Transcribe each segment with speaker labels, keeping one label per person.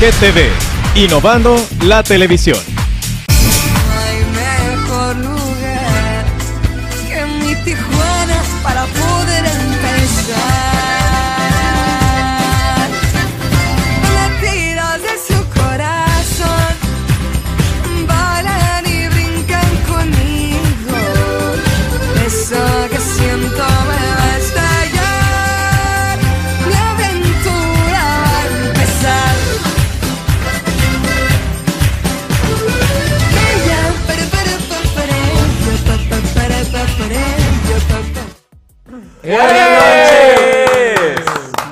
Speaker 1: GTV, innovando la televisión.
Speaker 2: No hay mejor lugar que mi Tijuana para poder empezar. Latidos de su corazón balan y brincan conmigo. Eso que siento me va a estallar. Mi aventura va a empezar.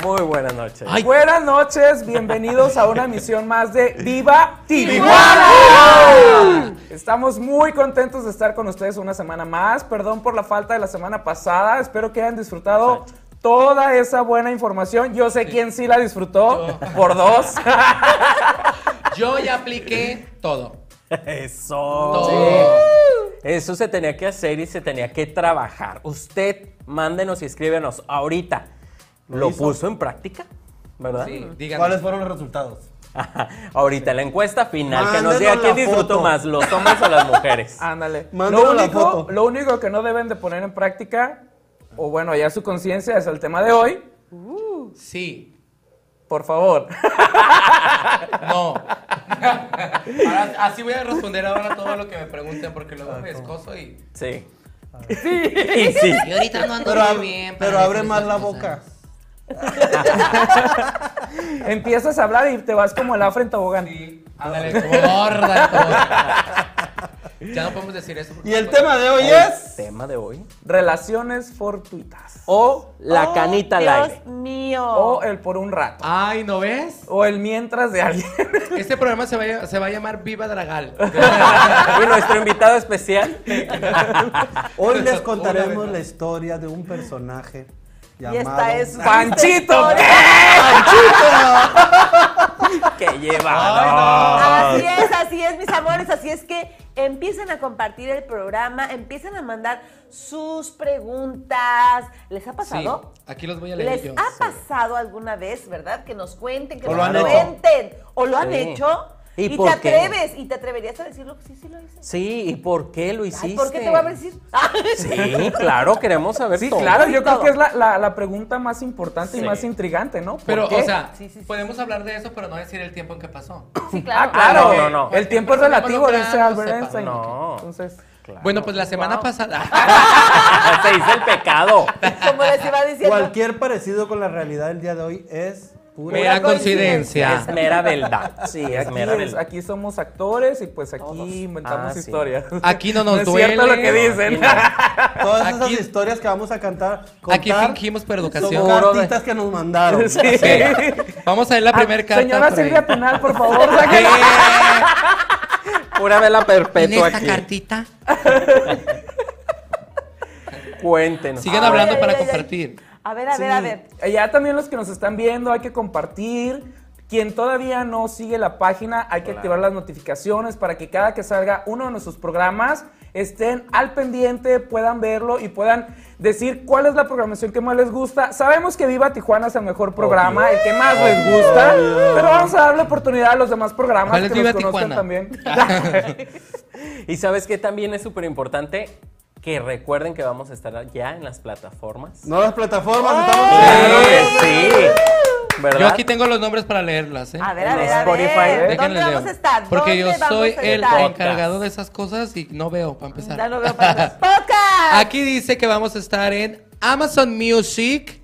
Speaker 3: Muy buenas noches. Buenas noches, bienvenidos a una emisión más de Viva Tijuana. Estamos muy contentos de estar con ustedes una semana más. Perdón por la falta de la semana pasada. Espero que hayan disfrutado toda esa buena información. Yo sé quién sí la disfrutó por dos.
Speaker 4: Yo ya apliqué todo.
Speaker 5: Eso.
Speaker 4: Todo.
Speaker 5: Eso se tenía que hacer y se tenía que trabajar. Usted mándenos y escríbenos ahorita. ¿Lo puso en práctica? ¿Verdad?
Speaker 4: Sí,
Speaker 6: ¿Cuáles
Speaker 4: díganme.
Speaker 6: fueron los resultados?
Speaker 5: Ajá. Ahorita la encuesta final que nos diga
Speaker 6: Mándenos
Speaker 5: quién
Speaker 6: la
Speaker 5: disfrutó
Speaker 6: foto. Ah.
Speaker 5: más, los hombres o las mujeres.
Speaker 3: Ándale. Lo
Speaker 6: Mándenos la
Speaker 3: único,
Speaker 6: foto.
Speaker 3: lo único que no deben de poner en práctica, o bueno, ya su conciencia es el tema de hoy.
Speaker 4: Sí.
Speaker 3: Por favor.
Speaker 4: No. Ahora, así voy a responder ahora todo lo que me pregunten porque luego
Speaker 6: Ah,
Speaker 4: me escozo y.
Speaker 5: Sí. Sí. sí.
Speaker 4: Y ahorita no ando
Speaker 6: Pero, ab-
Speaker 4: muy bien. para
Speaker 6: pero abre
Speaker 4: decir
Speaker 6: más
Speaker 4: esas
Speaker 6: la
Speaker 4: cosas.
Speaker 6: boca.
Speaker 3: Empiezas a hablar y te vas como el afro en tobogán.
Speaker 4: Sí. Ándale, como gorda. como- Ya no podemos decir eso. porque
Speaker 6: Y el
Speaker 4: no puedo.
Speaker 6: tema de hoy es.
Speaker 5: Tema de hoy.
Speaker 3: Relaciones fortuitas.
Speaker 5: O la canita al
Speaker 7: Dios
Speaker 5: aire.
Speaker 7: mío.
Speaker 3: O el por un rato.
Speaker 4: Ay, ¿no ves?
Speaker 3: O el mientras de alguien.
Speaker 4: Este programa se va a, se va a llamar Viva Dragal.
Speaker 5: Y nuestro invitado especial.
Speaker 6: Hoy les
Speaker 4: Una vez
Speaker 6: contaremos
Speaker 4: más.
Speaker 6: la historia de un personaje
Speaker 7: y
Speaker 6: llamado.
Speaker 7: esta es su
Speaker 3: ¡Panchito!
Speaker 7: historia.
Speaker 5: que lleva.
Speaker 7: Así es, así es, mis amores. Así es que empiecen a compartir el programa, empiecen a mandar sus preguntas. ¿Les ha
Speaker 4: Sí,
Speaker 7: pasado?
Speaker 4: aquí los voy a leer
Speaker 7: ¿Les
Speaker 4: yo.
Speaker 7: ha pasado alguna vez, verdad? Que nos cuenten, que
Speaker 6: ¿O lo
Speaker 7: nos
Speaker 6: han hecho?
Speaker 7: cuenten. ¿O lo han
Speaker 5: Sí.
Speaker 7: hecho?
Speaker 5: ¿Y
Speaker 7: Y, te
Speaker 5: por qué?
Speaker 7: atreves, y te atreverías a decirlo. Sí, sí lo hice.
Speaker 5: Sí, ¿y por qué lo hiciste?
Speaker 7: Ay, ¿Por qué te voy a decir? Ah,
Speaker 5: Sí, claro, queremos saber
Speaker 3: Sí,
Speaker 5: todo.
Speaker 3: claro, yo creo
Speaker 7: Todo.
Speaker 3: que es la, la- la pregunta más importante y
Speaker 5: Sí.
Speaker 3: más intrigante, ¿no? ¿Por
Speaker 4: Pero,
Speaker 3: qué?
Speaker 4: o sea,
Speaker 7: Sí, sí, sí.
Speaker 4: podemos hablar de eso, pero no decir el tiempo en que pasó.
Speaker 7: Sí, claro.
Speaker 3: Ah, claro.
Speaker 5: Ah, no, no, no.
Speaker 3: El tiempo es
Speaker 4: Porque
Speaker 3: relativo,
Speaker 4: no lo
Speaker 3: dice
Speaker 4: crean,
Speaker 3: Albert
Speaker 4: no sepa.
Speaker 3: Einstein.
Speaker 5: No.
Speaker 3: Entonces,
Speaker 4: Bueno, pues la semana pasada.
Speaker 5: Se hizo el pecado.
Speaker 7: Como les iba diciendo.
Speaker 6: Cualquier parecido con la realidad del día de hoy es pura.
Speaker 4: Mera coincidencia.
Speaker 5: Es mera verdad. Sí, es
Speaker 3: aquí,
Speaker 5: mera
Speaker 3: es-
Speaker 5: verdad.
Speaker 3: aquí somos actores y pues aquí inventamos
Speaker 5: Ah, sí.
Speaker 3: historias.
Speaker 4: Aquí no nos
Speaker 3: es cierto
Speaker 4: duele.
Speaker 3: lo que dicen.
Speaker 6: Todas esas
Speaker 4: Aquí-
Speaker 6: historias que vamos a cantar.
Speaker 4: Aquí
Speaker 6: contar,
Speaker 4: fingimos por
Speaker 6: Son
Speaker 4: educación.
Speaker 6: cartitas que nos mandaron.
Speaker 3: Sí.
Speaker 4: Vamos a ver la primera carta.
Speaker 3: Ah, Señora
Speaker 4: por ahí.
Speaker 3: Silvia Pinal, por favor, sáquenla.
Speaker 4: Eh,
Speaker 5: Pura vela perpetua aquí.
Speaker 4: cartita?
Speaker 5: Cuéntenos.
Speaker 4: Siguen
Speaker 7: Ay,
Speaker 4: hablando
Speaker 7: ay,
Speaker 4: para
Speaker 7: ay, ay.
Speaker 4: compartir.
Speaker 7: A ver, a ver, a ver.
Speaker 3: Sí. Mm. Ya también los que nos están viendo, hay que compartir. Quien todavía no sigue la página, hay que activar las notificaciones para que cada que salga uno de nuestros programas estén al pendiente, puedan verlo y puedan decir cuál es la programación que más les gusta. Sabemos que Viva Tijuana es el mejor programa, el que más les gusta, pero vamos a darle oportunidad a los demás programas
Speaker 4: ¿Cuál es
Speaker 3: que
Speaker 4: Viva
Speaker 3: nos conozcan
Speaker 4: Tijuana?
Speaker 3: también.
Speaker 5: Ah, Y sabes que también es súper importante que recuerden que vamos a estar ya en las plataformas.
Speaker 6: No las plataformas, estamos.
Speaker 5: Claro que sí. ¿Verdad?
Speaker 4: Yo aquí tengo los nombres para leerlas, ¿eh?
Speaker 7: A ver, a
Speaker 5: En
Speaker 7: ver, a ver.
Speaker 5: Spotify.
Speaker 7: ¿Dónde
Speaker 4: Déjenles
Speaker 7: vamos
Speaker 4: leo.
Speaker 7: a estar?
Speaker 4: Porque yo
Speaker 7: ¿Dónde vamos
Speaker 4: soy
Speaker 7: a
Speaker 4: el
Speaker 7: estar?
Speaker 4: encargado de esas cosas y no veo, para empezar.
Speaker 7: Ya no veo para atrás. ¡Podcast!
Speaker 4: Aquí dice que vamos a estar en Amazon Music.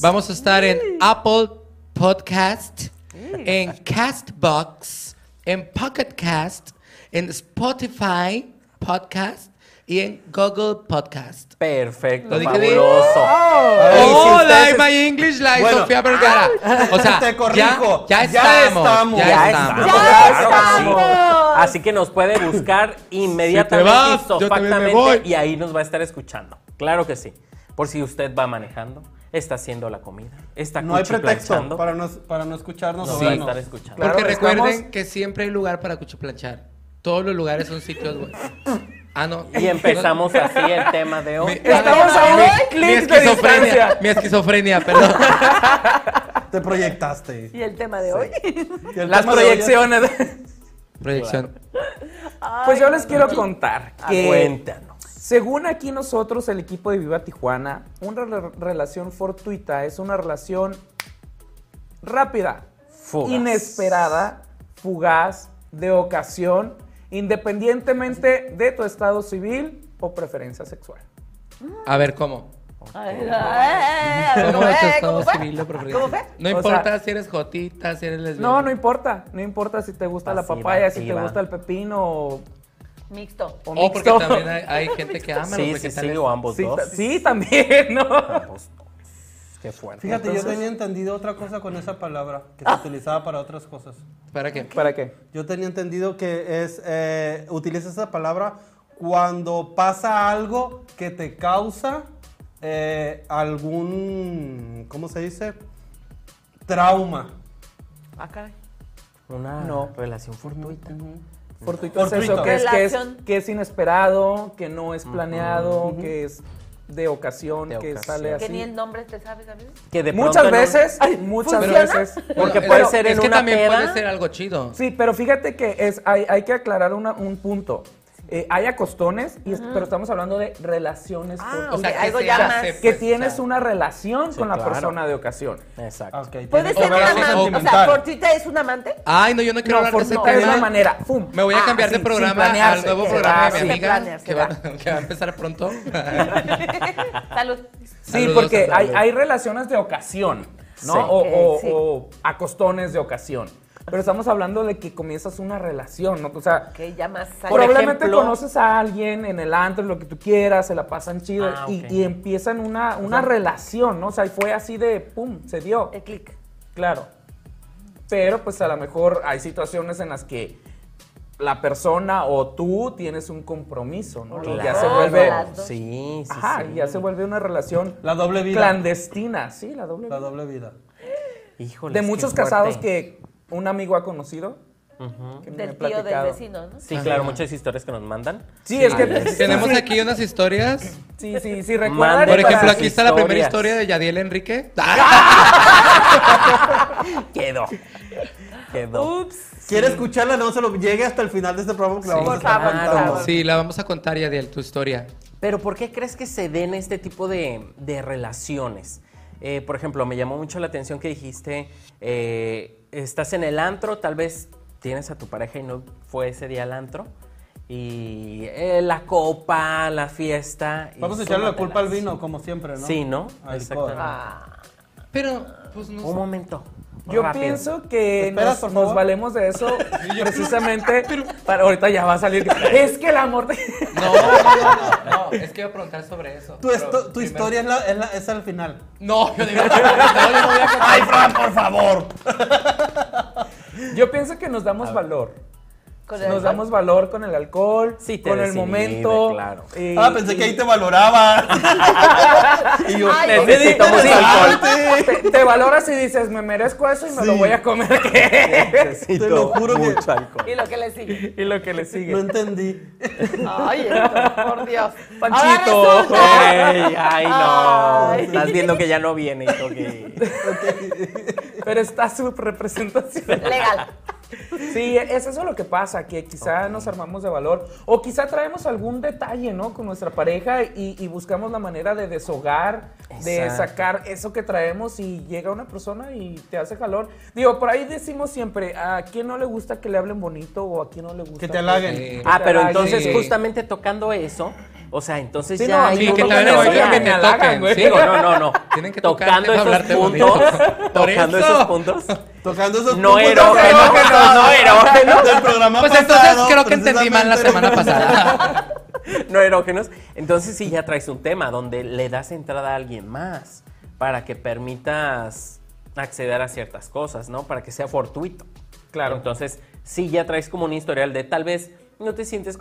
Speaker 4: Vamos a estar en Apple Podcast,
Speaker 7: Mm.
Speaker 4: en Castbox, en Pocket Cast, en Spotify Podcast, y en Google Podcast.
Speaker 5: Perfecto,
Speaker 4: Lo dije bien.
Speaker 5: fabuloso.
Speaker 6: Ay, si
Speaker 4: oh,
Speaker 6: ustedes
Speaker 4: like
Speaker 6: es-
Speaker 4: my English, like
Speaker 6: Bueno.
Speaker 4: Sofía Vergara. O sea,
Speaker 6: Te
Speaker 4: ya,
Speaker 6: corrijo.
Speaker 4: ya
Speaker 6: Ya
Speaker 4: estamos.
Speaker 6: estamos.
Speaker 4: Ya,
Speaker 5: Ya
Speaker 4: estamos.
Speaker 5: estamos.
Speaker 7: Ya
Speaker 5: claro que sí.
Speaker 7: estamos.
Speaker 5: Así que nos puede buscar inmediatamente,
Speaker 4: Si te vas, yo también me voy.
Speaker 5: y ahí nos va a estar escuchando. Claro que sí. Por si usted va manejando, está haciendo la comida, está
Speaker 6: No hay pretexto
Speaker 5: cuchiplanchando,
Speaker 6: para no, para no escucharnos
Speaker 5: nos
Speaker 6: o
Speaker 5: va a
Speaker 6: vernos.
Speaker 5: estar escuchando.
Speaker 6: Claro,
Speaker 4: Porque recuerden
Speaker 6: estamos-
Speaker 4: que siempre hay lugar para cuchiplanchar. Todos los lugares son sitios buenos. Ah, no.
Speaker 5: Y empezamos así el tema de
Speaker 4: Mi-
Speaker 5: hoy.
Speaker 3: Estamos a un
Speaker 4: mi-
Speaker 3: clic
Speaker 4: mi
Speaker 3: de
Speaker 4: esquizofrenia.
Speaker 3: distancia.
Speaker 4: Mi esquizofrenia, perdón.
Speaker 6: Te proyectaste.
Speaker 7: Y el tema de hoy.
Speaker 6: Y el
Speaker 3: Las
Speaker 6: tema de hoy es-
Speaker 3: proyecciones.
Speaker 4: Proyección.
Speaker 3: Pues yo les quiero contar que
Speaker 5: Cuéntanos.
Speaker 3: Según aquí nosotros, el equipo de Viva Tijuana, una re- relación fortuita es una relación rápida,
Speaker 5: Fugaz.
Speaker 3: inesperada, fugaz, de ocasión, independientemente de tu estado civil o preferencia sexual.
Speaker 4: A ver, ¿cómo? ¿Cómo
Speaker 7: ¿Cómo
Speaker 4: es tu
Speaker 7: fue?
Speaker 4: estado
Speaker 7: ¿Cómo fue?
Speaker 4: civil o preferencia?
Speaker 7: ¿Cómo fue?
Speaker 4: No
Speaker 3: O
Speaker 4: importa
Speaker 3: sea-
Speaker 4: si eres jotita, si eres lesbiana.
Speaker 3: No, no importa, no importa si te gusta la
Speaker 5: Pasiva,
Speaker 3: papaya, si te
Speaker 5: activa.
Speaker 3: gusta el pepino o,
Speaker 7: Mixto.
Speaker 3: o
Speaker 4: O porque
Speaker 3: mixto.
Speaker 4: también hay, hay gente Ah, que ama
Speaker 5: Sí, sí, sí, o ambos
Speaker 3: Sí,
Speaker 5: dos.
Speaker 3: ta- sí, también, ¿no?
Speaker 5: Ambos dos. Qué fuerte.
Speaker 6: Fíjate, yo tenía entendido otra cosa con esa palabra que
Speaker 4: Ah.
Speaker 6: se utilizaba para otras cosas.
Speaker 4: ¿Para qué?
Speaker 3: ¿Para qué?
Speaker 6: Yo tenía entendido que es eh, utiliza esa palabra cuando pasa algo que te causa eh, algún, ¿cómo se dice? Trauma.
Speaker 7: Ah, caray.
Speaker 5: Una relación fortuita.
Speaker 3: Fortuito es
Speaker 6: Fortuito.
Speaker 3: eso, que es, que, es,
Speaker 7: Relación.
Speaker 3: que es inesperado, que no es planeado, que es de ocasión,
Speaker 5: De
Speaker 3: que
Speaker 5: ocasión.
Speaker 3: sale así.
Speaker 7: Que ni el nombre te sabes a veces.
Speaker 5: Que de
Speaker 3: Muchas
Speaker 5: pronto en un-
Speaker 3: veces, muchas
Speaker 4: ¿funciona?
Speaker 3: veces.
Speaker 5: Porque
Speaker 4: Bueno,
Speaker 5: puede
Speaker 4: es-
Speaker 5: ser en
Speaker 4: Es que
Speaker 5: una
Speaker 4: también
Speaker 5: peda.
Speaker 4: puede ser algo chido.
Speaker 3: Sí, pero fíjate que es, hay, hay que aclarar una- un punto. Eh, hay acostones, y es- pero estamos hablando de relaciones
Speaker 7: Ah,
Speaker 3: fortuitas.
Speaker 7: o sea,
Speaker 4: que
Speaker 7: algo
Speaker 4: se
Speaker 7: ya
Speaker 4: hace,
Speaker 7: más.
Speaker 4: pues,
Speaker 3: que
Speaker 4: o
Speaker 3: tienes
Speaker 4: sea,
Speaker 3: una relación con la
Speaker 5: claro.
Speaker 3: persona de ocasión.
Speaker 5: Exacto.
Speaker 6: Ok,
Speaker 7: Puede
Speaker 6: tienes
Speaker 7: ser
Speaker 6: que
Speaker 7: una
Speaker 4: relación
Speaker 6: hablar
Speaker 7: amante. O sea,
Speaker 6: sentimental.
Speaker 7: fortita es un amante.
Speaker 4: Ay, no, yo no quiero
Speaker 3: No,
Speaker 4: hablar de ese
Speaker 3: fortuita es una
Speaker 4: tema.
Speaker 3: manera. ¡Fum!
Speaker 4: Me voy a
Speaker 7: Ah,
Speaker 4: cambiar
Speaker 7: sí,
Speaker 4: de
Speaker 7: sin
Speaker 4: programa al
Speaker 3: planearse,
Speaker 4: nuevo
Speaker 3: que
Speaker 4: programa
Speaker 3: va,
Speaker 4: de
Speaker 3: sin
Speaker 4: mi amiga,
Speaker 7: planearse,
Speaker 4: que va, que va a empezar pronto.
Speaker 7: Salud.
Speaker 3: Sí,
Speaker 4: Saludos,
Speaker 3: porque hay,
Speaker 4: saludos.
Speaker 3: hay relaciones de ocasión, ¿no?
Speaker 5: Sí.
Speaker 3: O,
Speaker 7: Ok,
Speaker 3: o-
Speaker 7: sí.
Speaker 3: o acostones de ocasión. Pero estamos hablando de que comienzas una relación, ¿no? O sea,
Speaker 7: Que ya más
Speaker 5: Por
Speaker 7: salud.
Speaker 3: probablemente
Speaker 5: ejemplo-
Speaker 3: conoces a alguien en el antro, lo que tú quieras, se la pasan chido
Speaker 5: Ah,
Speaker 3: y-
Speaker 5: ok.
Speaker 3: y, empiezan una, una relación, ¿no? O sea, y fue así de pum, se dio,
Speaker 7: El clic.
Speaker 3: claro. Pero pues a lo mejor hay situaciones en las que la persona o tú tienes un compromiso, ¿no? Y ya se
Speaker 7: dos,
Speaker 3: vuelve,
Speaker 7: las dos.
Speaker 5: Sí, sí,
Speaker 3: ajá,
Speaker 5: sí.
Speaker 3: y ya se vuelve una relación
Speaker 6: La doble vida.
Speaker 3: clandestina, sí, la doble
Speaker 6: La
Speaker 3: vida.
Speaker 6: doble vida.
Speaker 5: Híjoles,
Speaker 3: De
Speaker 5: qué
Speaker 3: muchos casados
Speaker 5: fuerte.
Speaker 3: que un amigo ha conocido. que me ha
Speaker 7: Del tío, del
Speaker 3: platicado.
Speaker 7: vecino, ¿no?
Speaker 5: Sí, claro, muchas historias que nos mandan.
Speaker 3: Sí, es que
Speaker 4: Tenemos aquí unas historias.
Speaker 3: Sí, sí, sí, recuerdan.
Speaker 5: Mande
Speaker 4: Por
Speaker 5: Para
Speaker 4: ejemplo,
Speaker 5: las
Speaker 4: aquí está la primera
Speaker 5: historias.
Speaker 4: historia de Yadiel Enrique.
Speaker 5: Quedó. Quedó.
Speaker 6: ¿Quieres escucharla? No se lo llegue hasta el final de este programa que la vamos a
Speaker 7: Por
Speaker 6: estar
Speaker 7: favor, por
Speaker 6: contando.
Speaker 7: favor.
Speaker 4: Sí, la vamos a contar, Yadiel, tu historia.
Speaker 5: Pero ¿por qué crees que se den este tipo de, de relaciones? Eh, por ejemplo, me llamó mucho la atención que dijiste, eh, estás en el antro, tal vez tienes a tu pareja y no fue ese día al antro. Y eh, la copa, la fiesta. y
Speaker 6: Vamos a echarle la
Speaker 5: súmatelas.
Speaker 6: culpa al vino, como siempre, ¿no?
Speaker 5: Sí, ¿no?
Speaker 6: Alcohol. Ah,
Speaker 5: Exactamente.
Speaker 4: Pero, pues no
Speaker 5: Un momento.
Speaker 3: Yo
Speaker 5: Rápido.
Speaker 3: pienso que
Speaker 6: ¿Esperas,
Speaker 3: nos,
Speaker 6: por
Speaker 3: nos
Speaker 6: favor?
Speaker 3: valemos de eso precisamente para ahorita ya va a salir. Es que el amor te-
Speaker 4: No, no, no, no, no, es que iba a preguntar sobre eso.
Speaker 6: Tu,
Speaker 4: pero
Speaker 6: esto- tu
Speaker 4: primero-
Speaker 6: historia es, la, es, la- es al final.
Speaker 4: No, yo digo, no, yo no voy a contar.
Speaker 6: ¡Ay, Fran, por favor!
Speaker 3: Yo pienso que nos damos valor.
Speaker 7: Con el
Speaker 3: Nos
Speaker 7: alcohol.
Speaker 3: damos valor con el alcohol,
Speaker 5: Sí, te
Speaker 3: con el
Speaker 5: desinhibe,
Speaker 3: momento.
Speaker 5: claro.
Speaker 3: eh,
Speaker 6: Ah, pensé
Speaker 3: y-
Speaker 6: que ahí te valoraba. y yo,
Speaker 7: Ay,
Speaker 6: "Te
Speaker 7: sí,
Speaker 6: necesitamos
Speaker 3: sí.
Speaker 6: alcohol.
Speaker 3: Te, te valoras y dices, me merezco eso y me lo
Speaker 6: Sí.
Speaker 3: voy a comer.
Speaker 6: Te lo juro que
Speaker 7: Y lo que le sigue.
Speaker 3: y lo que le
Speaker 6: no
Speaker 3: sigue.
Speaker 6: entendí.
Speaker 7: Ay, esto, por Dios.
Speaker 3: Panchito.
Speaker 7: Ahora resulta-
Speaker 5: Ay, ay, no.
Speaker 7: Ay.
Speaker 5: Estás viendo que ya no viene. hijo, que-
Speaker 3: Pero está su representación.
Speaker 7: Legal.
Speaker 3: Sí, es eso lo que pasa, que quizá nos armamos de valor o quizá traemos algún detalle, ¿no? Con nuestra pareja y, y buscamos la manera de deshogar, de
Speaker 5: Exacto.
Speaker 3: sacar eso que traemos y llega una persona y te hace calor. Digo, por ahí decimos siempre, ¿a quién no le gusta que le hablen bonito o a quién no le gusta?
Speaker 6: Que te halaguen.
Speaker 4: Sí.
Speaker 5: Ah, pero
Speaker 3: Ay,
Speaker 5: entonces
Speaker 4: sí.
Speaker 5: justamente tocando eso, o sea, entonces
Speaker 3: Sí,
Speaker 5: ya
Speaker 3: no,
Speaker 5: hay
Speaker 4: Sí,
Speaker 5: un
Speaker 4: que te
Speaker 3: no,
Speaker 4: hagan
Speaker 3: no,
Speaker 4: oír,
Speaker 3: ya,
Speaker 4: que
Speaker 3: me
Speaker 4: te
Speaker 3: halagan,
Speaker 4: toquen.
Speaker 3: güey.
Speaker 4: sí.
Speaker 5: Digo, no, no, no.
Speaker 4: Tienen que
Speaker 5: tocando
Speaker 4: tocarte para
Speaker 5: esos
Speaker 4: hablarte
Speaker 5: puntos,
Speaker 4: bonito. Por
Speaker 5: tocando
Speaker 4: eso.
Speaker 3: Pues
Speaker 5: esos puntos,
Speaker 6: Tocando esos
Speaker 5: No
Speaker 6: puntos
Speaker 5: erógenos,
Speaker 6: tan
Speaker 5: no
Speaker 6: erógenos
Speaker 5: erógenos.
Speaker 6: del programa
Speaker 4: Pues entonces
Speaker 6: pasado,
Speaker 4: creo que entendí mal la
Speaker 6: precisamente.
Speaker 4: semana pasada.
Speaker 5: no erógenos. Entonces sí, ya traes un tema donde le das entrada a alguien más para que permitas acceder a ciertas cosas, ¿no? Para que sea fortuito. Claro. Entonces sí, ya traes como un historial de tal vez no te sientes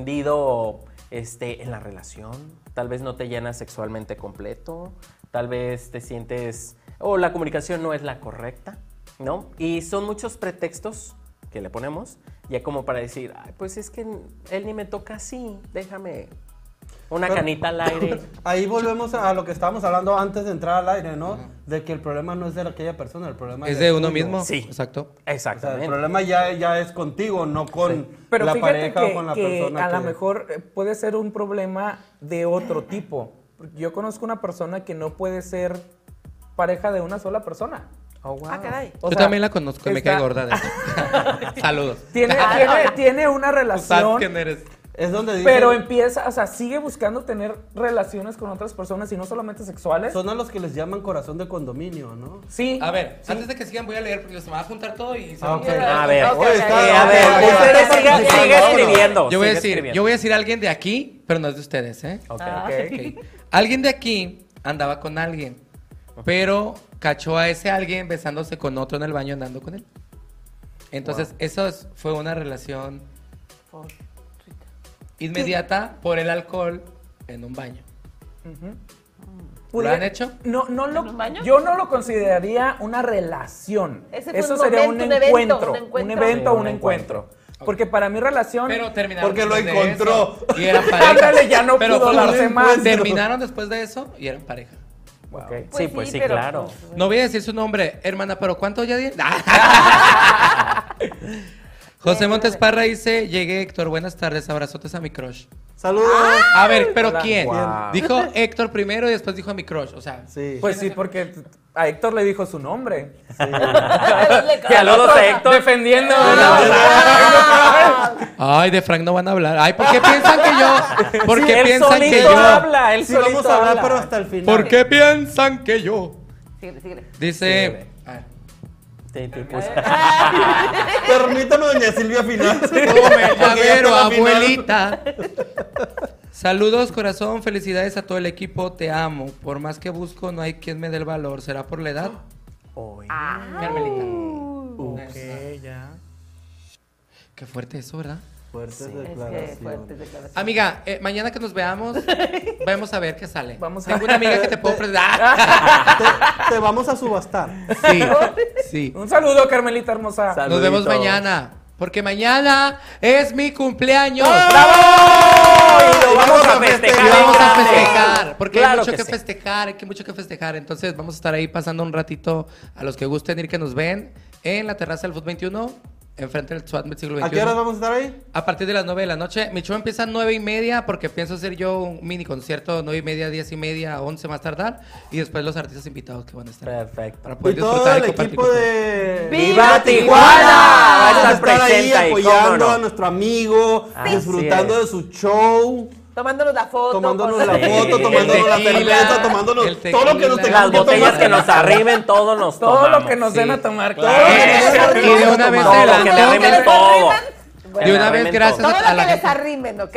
Speaker 5: comprendido este, en la relación, tal vez no te llenas sexualmente completo, tal vez te sientes o la comunicación no es la correcta, ¿no? Y son muchos pretextos que le ponemos, ya como para decir, Ay, pues es que él ni me toca así, déjame una
Speaker 6: Pero-
Speaker 5: canita al aire.
Speaker 6: Ahí volvemos a lo que estábamos hablando antes de entrar al aire, ¿no? De que el problema no es de aquella persona, el problema
Speaker 4: ¿Es de uno
Speaker 6: tuyo.
Speaker 4: mismo?
Speaker 5: Sí.
Speaker 4: Exacto.
Speaker 6: O sea, el
Speaker 5: Exactamente.
Speaker 6: problema ya, ya es contigo, no con
Speaker 3: Pero
Speaker 6: la
Speaker 3: fíjate
Speaker 6: pareja
Speaker 3: que,
Speaker 6: o con la
Speaker 3: que
Speaker 6: persona.
Speaker 3: a lo
Speaker 6: que-
Speaker 3: mejor eh, puede ser un problema de otro tipo. Porque Yo conozco una persona que no puede ser pareja de una sola persona.
Speaker 5: Oh, wow.
Speaker 7: Ah, caray.
Speaker 3: O
Speaker 4: Yo
Speaker 3: sea,
Speaker 4: también la conozco y me
Speaker 3: está-
Speaker 4: cae gorda de eso. Saludos.
Speaker 3: Tiene,
Speaker 4: Ah,
Speaker 3: tiene, tiene una
Speaker 4: Tú sabes
Speaker 3: relación,
Speaker 4: quién eres.
Speaker 6: Es donde dicen,
Speaker 3: pero empieza, o sea, sigue buscando tener relaciones con otras personas y no solamente sexuales.
Speaker 6: son a los que les llaman corazón de condominio, ¿no?
Speaker 3: Sí.
Speaker 4: A ver, antes de que sigan voy a leer porque se me va a juntar todo y se
Speaker 6: Ah,
Speaker 4: me-
Speaker 6: ok.
Speaker 5: A ver,
Speaker 7: Ok,
Speaker 5: oye,
Speaker 7: ok,
Speaker 5: está-
Speaker 7: ok,
Speaker 5: a ver,
Speaker 7: ok, ok,
Speaker 5: ustedes
Speaker 7: ok,
Speaker 5: sigan-
Speaker 7: ok,
Speaker 5: sigan
Speaker 7: ok, ok.
Speaker 5: escribiendo.
Speaker 4: Yo voy a
Speaker 5: sigue
Speaker 4: decir,
Speaker 5: escribiendo.
Speaker 4: yo voy a decir a alguien de aquí, pero no es de ustedes, ¿eh?
Speaker 5: Ok.
Speaker 4: Ok. Alguien de aquí andaba con alguien, pero cachó a ese alguien besándose con otro en el baño andando con él. Entonces, eso es- fue una relación inmediata por el alcohol en un baño.
Speaker 3: Pudiera-
Speaker 4: han hecho?
Speaker 3: No, no lo,
Speaker 7: ¿En un baño?
Speaker 3: yo no lo consideraría una relación.
Speaker 7: Ese fue
Speaker 3: Eso
Speaker 7: un
Speaker 3: sería
Speaker 7: momento,
Speaker 3: un,
Speaker 7: un evento,
Speaker 3: encuentro,
Speaker 7: un
Speaker 3: Un
Speaker 7: encuentro.
Speaker 3: evento,
Speaker 5: Sí,
Speaker 3: un
Speaker 5: un
Speaker 3: encuentro.
Speaker 5: encuentro.
Speaker 3: Porque para mi relación.
Speaker 4: Pero terminaron.
Speaker 6: Porque lo
Speaker 4: después de
Speaker 6: encontró.
Speaker 4: eso y eran pareja.
Speaker 3: Ándale, ya no
Speaker 4: Pero
Speaker 3: pudo
Speaker 4: fue un
Speaker 3: darse más.
Speaker 4: encuentro. Terminaron después de eso y eran pareja.
Speaker 3: Ok.
Speaker 5: Sí, pues sí,
Speaker 7: pero-
Speaker 5: claro.
Speaker 4: No voy a decir su nombre, hermana, pero ¿cuánto ya di? José Montes Parra dice, llegué Héctor, buenas tardes, abrazotes a mi crush.
Speaker 6: Saludos.
Speaker 3: Ah.
Speaker 4: A ver, pero
Speaker 3: Hola.
Speaker 4: ¿quién?
Speaker 6: Wow.
Speaker 4: Dijo Héctor primero y después dijo a mi crush, o sea.
Speaker 6: Sí.
Speaker 3: Pues sí, porque a Héctor le dijo su nombre.
Speaker 7: Le
Speaker 3: Y al
Speaker 7: cayó.
Speaker 3: otro Defendiendo.
Speaker 4: Ay, de Frank no van a hablar. Ay, ¿por qué piensan que yo? ¿Por qué
Speaker 5: él
Speaker 4: piensan que
Speaker 5: solito
Speaker 4: yo?
Speaker 5: habla, él
Speaker 6: sí, vamos
Speaker 5: solito
Speaker 6: a hablar,
Speaker 5: habla.
Speaker 6: pero hasta el final.
Speaker 4: ¿Por qué piensan que yo?
Speaker 7: Síguele, síguele.
Speaker 4: Dice. Ah,
Speaker 5: Te- te puse-
Speaker 6: Permítame, doña Silvia, final.
Speaker 4: Come el
Speaker 6: Porque ya
Speaker 4: llavero,
Speaker 6: está la final.
Speaker 4: abuelita. Saludos, corazón, felicidades a todo el equipo, te amo. Por más que busco, no hay quien me dé el valor. ¿Será por la edad?
Speaker 5: Oye,
Speaker 3: Ah.
Speaker 4: Carmelita. Esa. Qué fuerte eso, ¿verdad?
Speaker 6: Fuertes
Speaker 7: Es que
Speaker 6: declaraciones.
Speaker 7: fuertes declaraciones.
Speaker 4: Amiga, eh, mañana que nos veamos, vamos a ver qué sale.
Speaker 3: Vamos a-
Speaker 4: Tengo una amiga que te puedo presentar.
Speaker 6: Te, te vamos a subastar.
Speaker 4: sí, sí.
Speaker 3: Un saludo, Carmelita hermosa.
Speaker 5: Sal-
Speaker 4: Nos vemos
Speaker 5: Saluditos.
Speaker 4: mañana, porque mañana es mi cumpleaños.
Speaker 3: ¡Ah!
Speaker 5: lo vamos a festejar.
Speaker 4: Y vamos a
Speaker 5: grande.
Speaker 4: festejar, porque hay
Speaker 5: Claro
Speaker 4: mucho que,
Speaker 5: sí.
Speaker 4: festejar, hay que- mucho que festejar. Entonces vamos a estar ahí pasando un ratito a los que gusten ir que nos ven en la terraza del Foot 21, enfrente del SWAT del siglo
Speaker 6: ¿A qué horas
Speaker 4: XXI.
Speaker 6: vamos a estar ahí?
Speaker 4: A partir de las 9 de la noche, mi show empieza a 9 y media porque pienso hacer yo un mini concierto 9 y media, 10 y media, 11 más tardar y después los artistas invitados que van a estar.
Speaker 5: Perfecto.
Speaker 4: Para poder
Speaker 6: y todo
Speaker 4: disfrutar y
Speaker 6: el
Speaker 4: Pues compartir
Speaker 6: equipo
Speaker 4: con ustedes.
Speaker 6: de.
Speaker 7: ¡Viva
Speaker 5: Tijuana!
Speaker 6: Va a
Speaker 5: Vamos a
Speaker 6: estar
Speaker 5: estar
Speaker 6: ahí
Speaker 5: presente ahí,
Speaker 6: apoyando
Speaker 5: cómo no.
Speaker 6: a nuestro amigo,
Speaker 5: Así
Speaker 6: disfrutando
Speaker 5: es.
Speaker 6: de su show.
Speaker 7: Tomándonos la foto.
Speaker 6: Tomándonos
Speaker 7: con-
Speaker 6: la foto,
Speaker 5: Sí,
Speaker 6: tomándonos la
Speaker 4: el tequila,
Speaker 6: cerveza, tomándonos
Speaker 4: el
Speaker 6: todo lo que nos
Speaker 4: tequila.
Speaker 5: Las
Speaker 6: tengamos que
Speaker 5: botellas
Speaker 6: tomar.
Speaker 5: que nos arriben, todos nos
Speaker 3: Todo
Speaker 5: tomamos. Eh,
Speaker 3: lo que nos
Speaker 4: sí.
Speaker 3: den a tomar.
Speaker 6: Todo
Speaker 3: claro.
Speaker 6: lo que nos
Speaker 4: Eso,
Speaker 6: arriben,
Speaker 4: y de una vez
Speaker 6: tomamos.
Speaker 5: Todo
Speaker 4: de la
Speaker 5: lo que
Speaker 4: nota.
Speaker 5: te arriben, todo. Que
Speaker 4: De
Speaker 5: te
Speaker 4: una vez,
Speaker 5: arriben
Speaker 4: gracias
Speaker 5: todo.
Speaker 7: Todo
Speaker 4: a
Speaker 7: lo
Speaker 4: la
Speaker 7: que les
Speaker 4: gente.
Speaker 7: arrimen, ¿ok?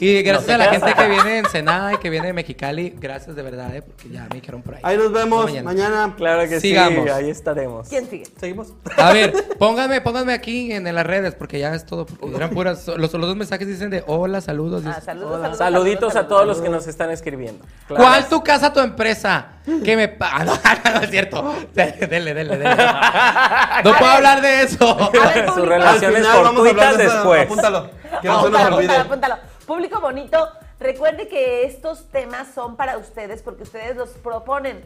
Speaker 4: Y gracias
Speaker 5: No
Speaker 4: a la
Speaker 5: te
Speaker 4: gente
Speaker 5: creas.
Speaker 4: que viene de Ensenada y que viene de Mexicali, gracias de verdad, ¿eh? porque ya me dijeron por ahí.
Speaker 6: Ahí nos vemos
Speaker 4: Hasta
Speaker 6: mañana.
Speaker 5: Claro que
Speaker 4: Sigamos.
Speaker 5: sí, ahí estaremos.
Speaker 7: ¿Quién sigue?
Speaker 6: Seguimos.
Speaker 4: A ver, pónganme, pónganme aquí en, en las redes, porque ya es todo. porque eran puras, los, los dos mensajes dicen de hola, saludos.
Speaker 7: Ah,
Speaker 4: dices,
Speaker 7: saludos, saludos,
Speaker 5: Saluditos a
Speaker 7: saludos,
Speaker 5: todos los que nos están escribiendo.
Speaker 4: ¿Cuál tu casa, tu empresa? Que me pa- Ah, no, no, no es cierto. Dele, dele, dele. dele. No puedo hablar de eso.
Speaker 7: A ver,
Speaker 5: Sus
Speaker 7: público.
Speaker 6: Al
Speaker 5: relaciones
Speaker 6: final vamos a hablar
Speaker 5: fortuitas
Speaker 6: de eso.
Speaker 5: después.
Speaker 6: Apúntalo. Que no se nos
Speaker 7: Apúntalo,
Speaker 6: olvide.
Speaker 7: apúntalo, apúntalo. Público bonito, recuerde que estos temas son para ustedes porque ustedes los proponen.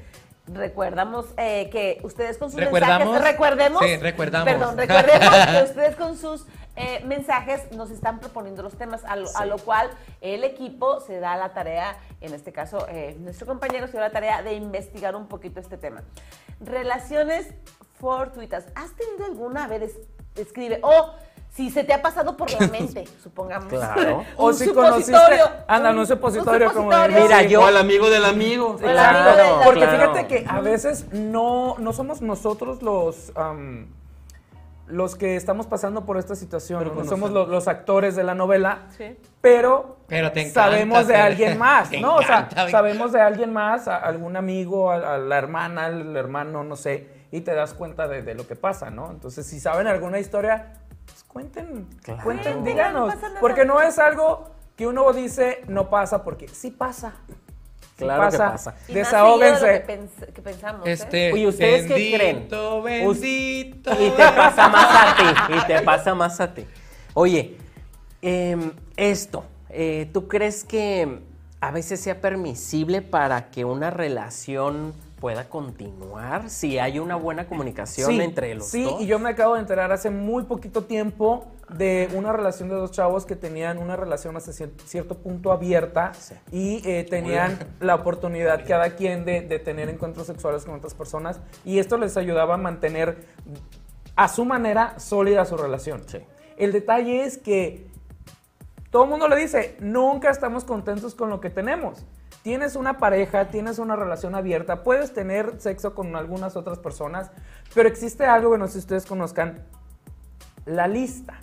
Speaker 7: Recuerdamos eh, que ustedes con sus
Speaker 4: ¿Recordamos?
Speaker 7: mensajes. Recordemos.
Speaker 4: Sí, recordamos.
Speaker 7: Perdón, recordemos que ustedes con sus eh, mensajes nos están proponiendo los temas, a lo, a lo cual el equipo se da la tarea, en este caso, eh, nuestro compañero se da la tarea de investigar un poquito este tema. Relaciones fortuitas. ¿Has tenido alguna? A ver, es- escribe. O si se te ha pasado por la mente, supongamos.
Speaker 5: Claro.
Speaker 3: O
Speaker 7: Un
Speaker 3: si
Speaker 7: supositorio,
Speaker 3: conociste- anda,
Speaker 7: un-
Speaker 3: un supositorio, como dice.
Speaker 5: Mira,
Speaker 7: Sí.
Speaker 5: yo-
Speaker 6: O al amigo del amigo.
Speaker 7: Hola,
Speaker 3: Exacto.
Speaker 7: amigo del-
Speaker 3: Porque
Speaker 5: claro.
Speaker 3: fíjate que a veces no, no somos nosotros los. am, los que estamos pasando por esta situación,
Speaker 6: Pero
Speaker 3: ¿no?
Speaker 6: conoce-
Speaker 3: somos lo- los actores de la novela,
Speaker 7: Sí.
Speaker 3: pero,
Speaker 4: Pero te encanta
Speaker 3: sabemos de
Speaker 4: hacer-
Speaker 3: alguien más,
Speaker 4: Te
Speaker 3: ¿no? O sea,
Speaker 4: encanta, güey.
Speaker 3: sabemos de alguien más, a- algún amigo, a, a la hermana, al hermano, no sé, y te das cuenta de, de lo que pasa, ¿no? Entonces, si saben alguna historia, pues cuenten, cuenten,
Speaker 7: Cuenten, no
Speaker 3: díganos,
Speaker 7: pasa nada.
Speaker 3: porque no es algo que uno dice no pasa, porque sí pasa. sí
Speaker 5: Claro que pasa.
Speaker 7: Y más seguido de lo
Speaker 3: Desahóguense.
Speaker 7: que pens- que pensamos, ¿eh?
Speaker 4: Este,
Speaker 5: Oye, ¿ustedes qué
Speaker 4: bendito, Bendito,
Speaker 5: Y te pasa más a ti. Y te pasa más a ti. Oye, em, esto, eh, ¿tú crees que a veces sea permisible para que una relación pueda continuar si hay una buena comunicación entre los
Speaker 3: sí,
Speaker 5: dos?
Speaker 3: y yo me acabo de enterar hace muy poquito tiempo de una relación de dos chavos que tenían una relación hasta cier- cierto punto abierta
Speaker 5: Sí.
Speaker 3: y eh, tenían la oportunidad cada quien de, de tener encuentros sexuales con otras personas y esto les ayudaba a mantener a su manera sólida su relación.
Speaker 5: Sí.
Speaker 3: El detalle es que todo el mundo le dice, nunca estamos contentos con lo que tenemos. Tienes una pareja, tienes una relación abierta, puedes tener sexo con algunas otras personas, pero existe algo que no sé si ustedes conozcan, la lista.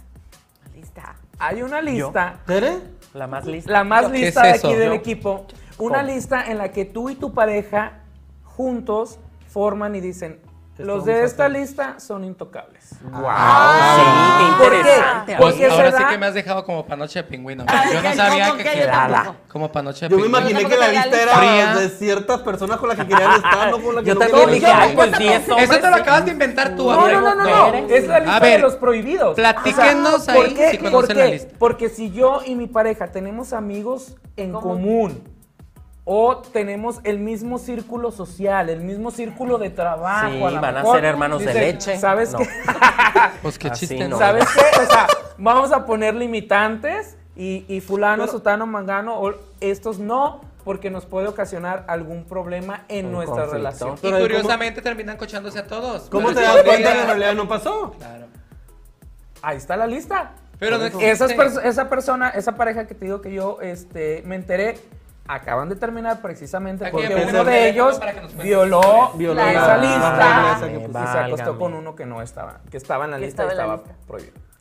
Speaker 7: Lista.
Speaker 3: Hay una lista,
Speaker 6: ¿Tere?
Speaker 5: La más lista.
Speaker 3: la más
Speaker 4: ¿Qué
Speaker 3: lista
Speaker 4: es
Speaker 3: de
Speaker 4: eso?
Speaker 3: aquí del
Speaker 4: Yo-
Speaker 3: equipo, una
Speaker 5: ¿Cómo?
Speaker 3: lista en la que tú y tu pareja juntos forman y dicen, los
Speaker 6: vamos
Speaker 3: de
Speaker 6: a
Speaker 3: esta
Speaker 6: hacer".
Speaker 3: lista son intocables. Ah,
Speaker 5: Sí, qué
Speaker 3: ¿Por qué?
Speaker 5: interesante.
Speaker 3: ¿Por
Speaker 5: amigo.
Speaker 3: qué?
Speaker 4: Pues, Ahora sí
Speaker 3: será?
Speaker 4: que me has dejado como panoche de pingüino. Yo no sabía
Speaker 7: ¿cómo
Speaker 4: que
Speaker 7: que yo
Speaker 4: quedaba.
Speaker 7: tampoco?
Speaker 4: Como panoche de
Speaker 6: Yo me
Speaker 4: pingüino.
Speaker 6: imaginé
Speaker 7: Yo
Speaker 6: que la
Speaker 7: tampoco
Speaker 6: lista
Speaker 7: tenía
Speaker 6: era
Speaker 4: lista.
Speaker 6: de ciertas personas con las que querían estar, no con las que
Speaker 5: Yo
Speaker 6: no
Speaker 5: también
Speaker 6: querían
Speaker 5: dije,
Speaker 6: estar.
Speaker 5: ay, pues 10 hombres.
Speaker 4: Eso te lo acabas de inventar tú,
Speaker 3: No,
Speaker 4: amigo.
Speaker 3: no, no, no, no.
Speaker 5: Eres-
Speaker 3: Es la lista
Speaker 4: A ver,
Speaker 3: de los prohibidos.
Speaker 4: platíquenos
Speaker 3: O sea, ¿por
Speaker 4: ahí
Speaker 3: qué?
Speaker 4: si conocen
Speaker 3: ¿Por qué?
Speaker 4: la lista.
Speaker 3: Porque si yo y mi pareja tenemos amigos en
Speaker 7: ¿Cómo?
Speaker 3: común o tenemos el mismo círculo social, el mismo círculo de trabajo,
Speaker 5: Sí,
Speaker 3: a lo
Speaker 5: van a
Speaker 3: mejor,
Speaker 5: ser hermanos de
Speaker 3: dices,
Speaker 5: leche.
Speaker 3: ¿Sabes
Speaker 5: No.
Speaker 3: qué?
Speaker 4: Pues qué
Speaker 5: Así
Speaker 4: chiste,
Speaker 5: no.
Speaker 4: ¿no?
Speaker 3: ¿Sabes qué? O sea, vamos a poner limitantes y, y fulano, sotano, mangano, o estos no, porque nos puede ocasionar algún problema en
Speaker 5: Un
Speaker 3: nuestra
Speaker 5: conflicto.
Speaker 3: relación.
Speaker 4: Y
Speaker 6: Pero ¿cómo-
Speaker 4: curiosamente terminan cochándose a todos.
Speaker 6: ¿Cómo
Speaker 4: Pero
Speaker 6: te
Speaker 4: sí
Speaker 6: das cuenta
Speaker 4: podría-
Speaker 6: que en realidad no pasó?
Speaker 4: Claro.
Speaker 3: Ahí está la lista.
Speaker 4: Pero no existe.
Speaker 3: Esas perso- esa persona, esa pareja que te digo que yo este, me enteré, acaban de terminar precisamente
Speaker 4: Aquí
Speaker 3: porque
Speaker 4: hay
Speaker 3: uno
Speaker 4: un
Speaker 3: de ellos
Speaker 4: teléfono para que nos cuentes
Speaker 3: violó,
Speaker 6: Violó
Speaker 3: esa
Speaker 7: la-
Speaker 3: lista
Speaker 7: la
Speaker 6: regla esa que
Speaker 3: y
Speaker 5: pusiste.
Speaker 3: se acostó
Speaker 5: Válgame.
Speaker 3: con uno que no estaba, que estaba en la
Speaker 7: Que
Speaker 3: lista y
Speaker 7: estaba en la
Speaker 3: estaba
Speaker 7: lista.
Speaker 3: prohibido.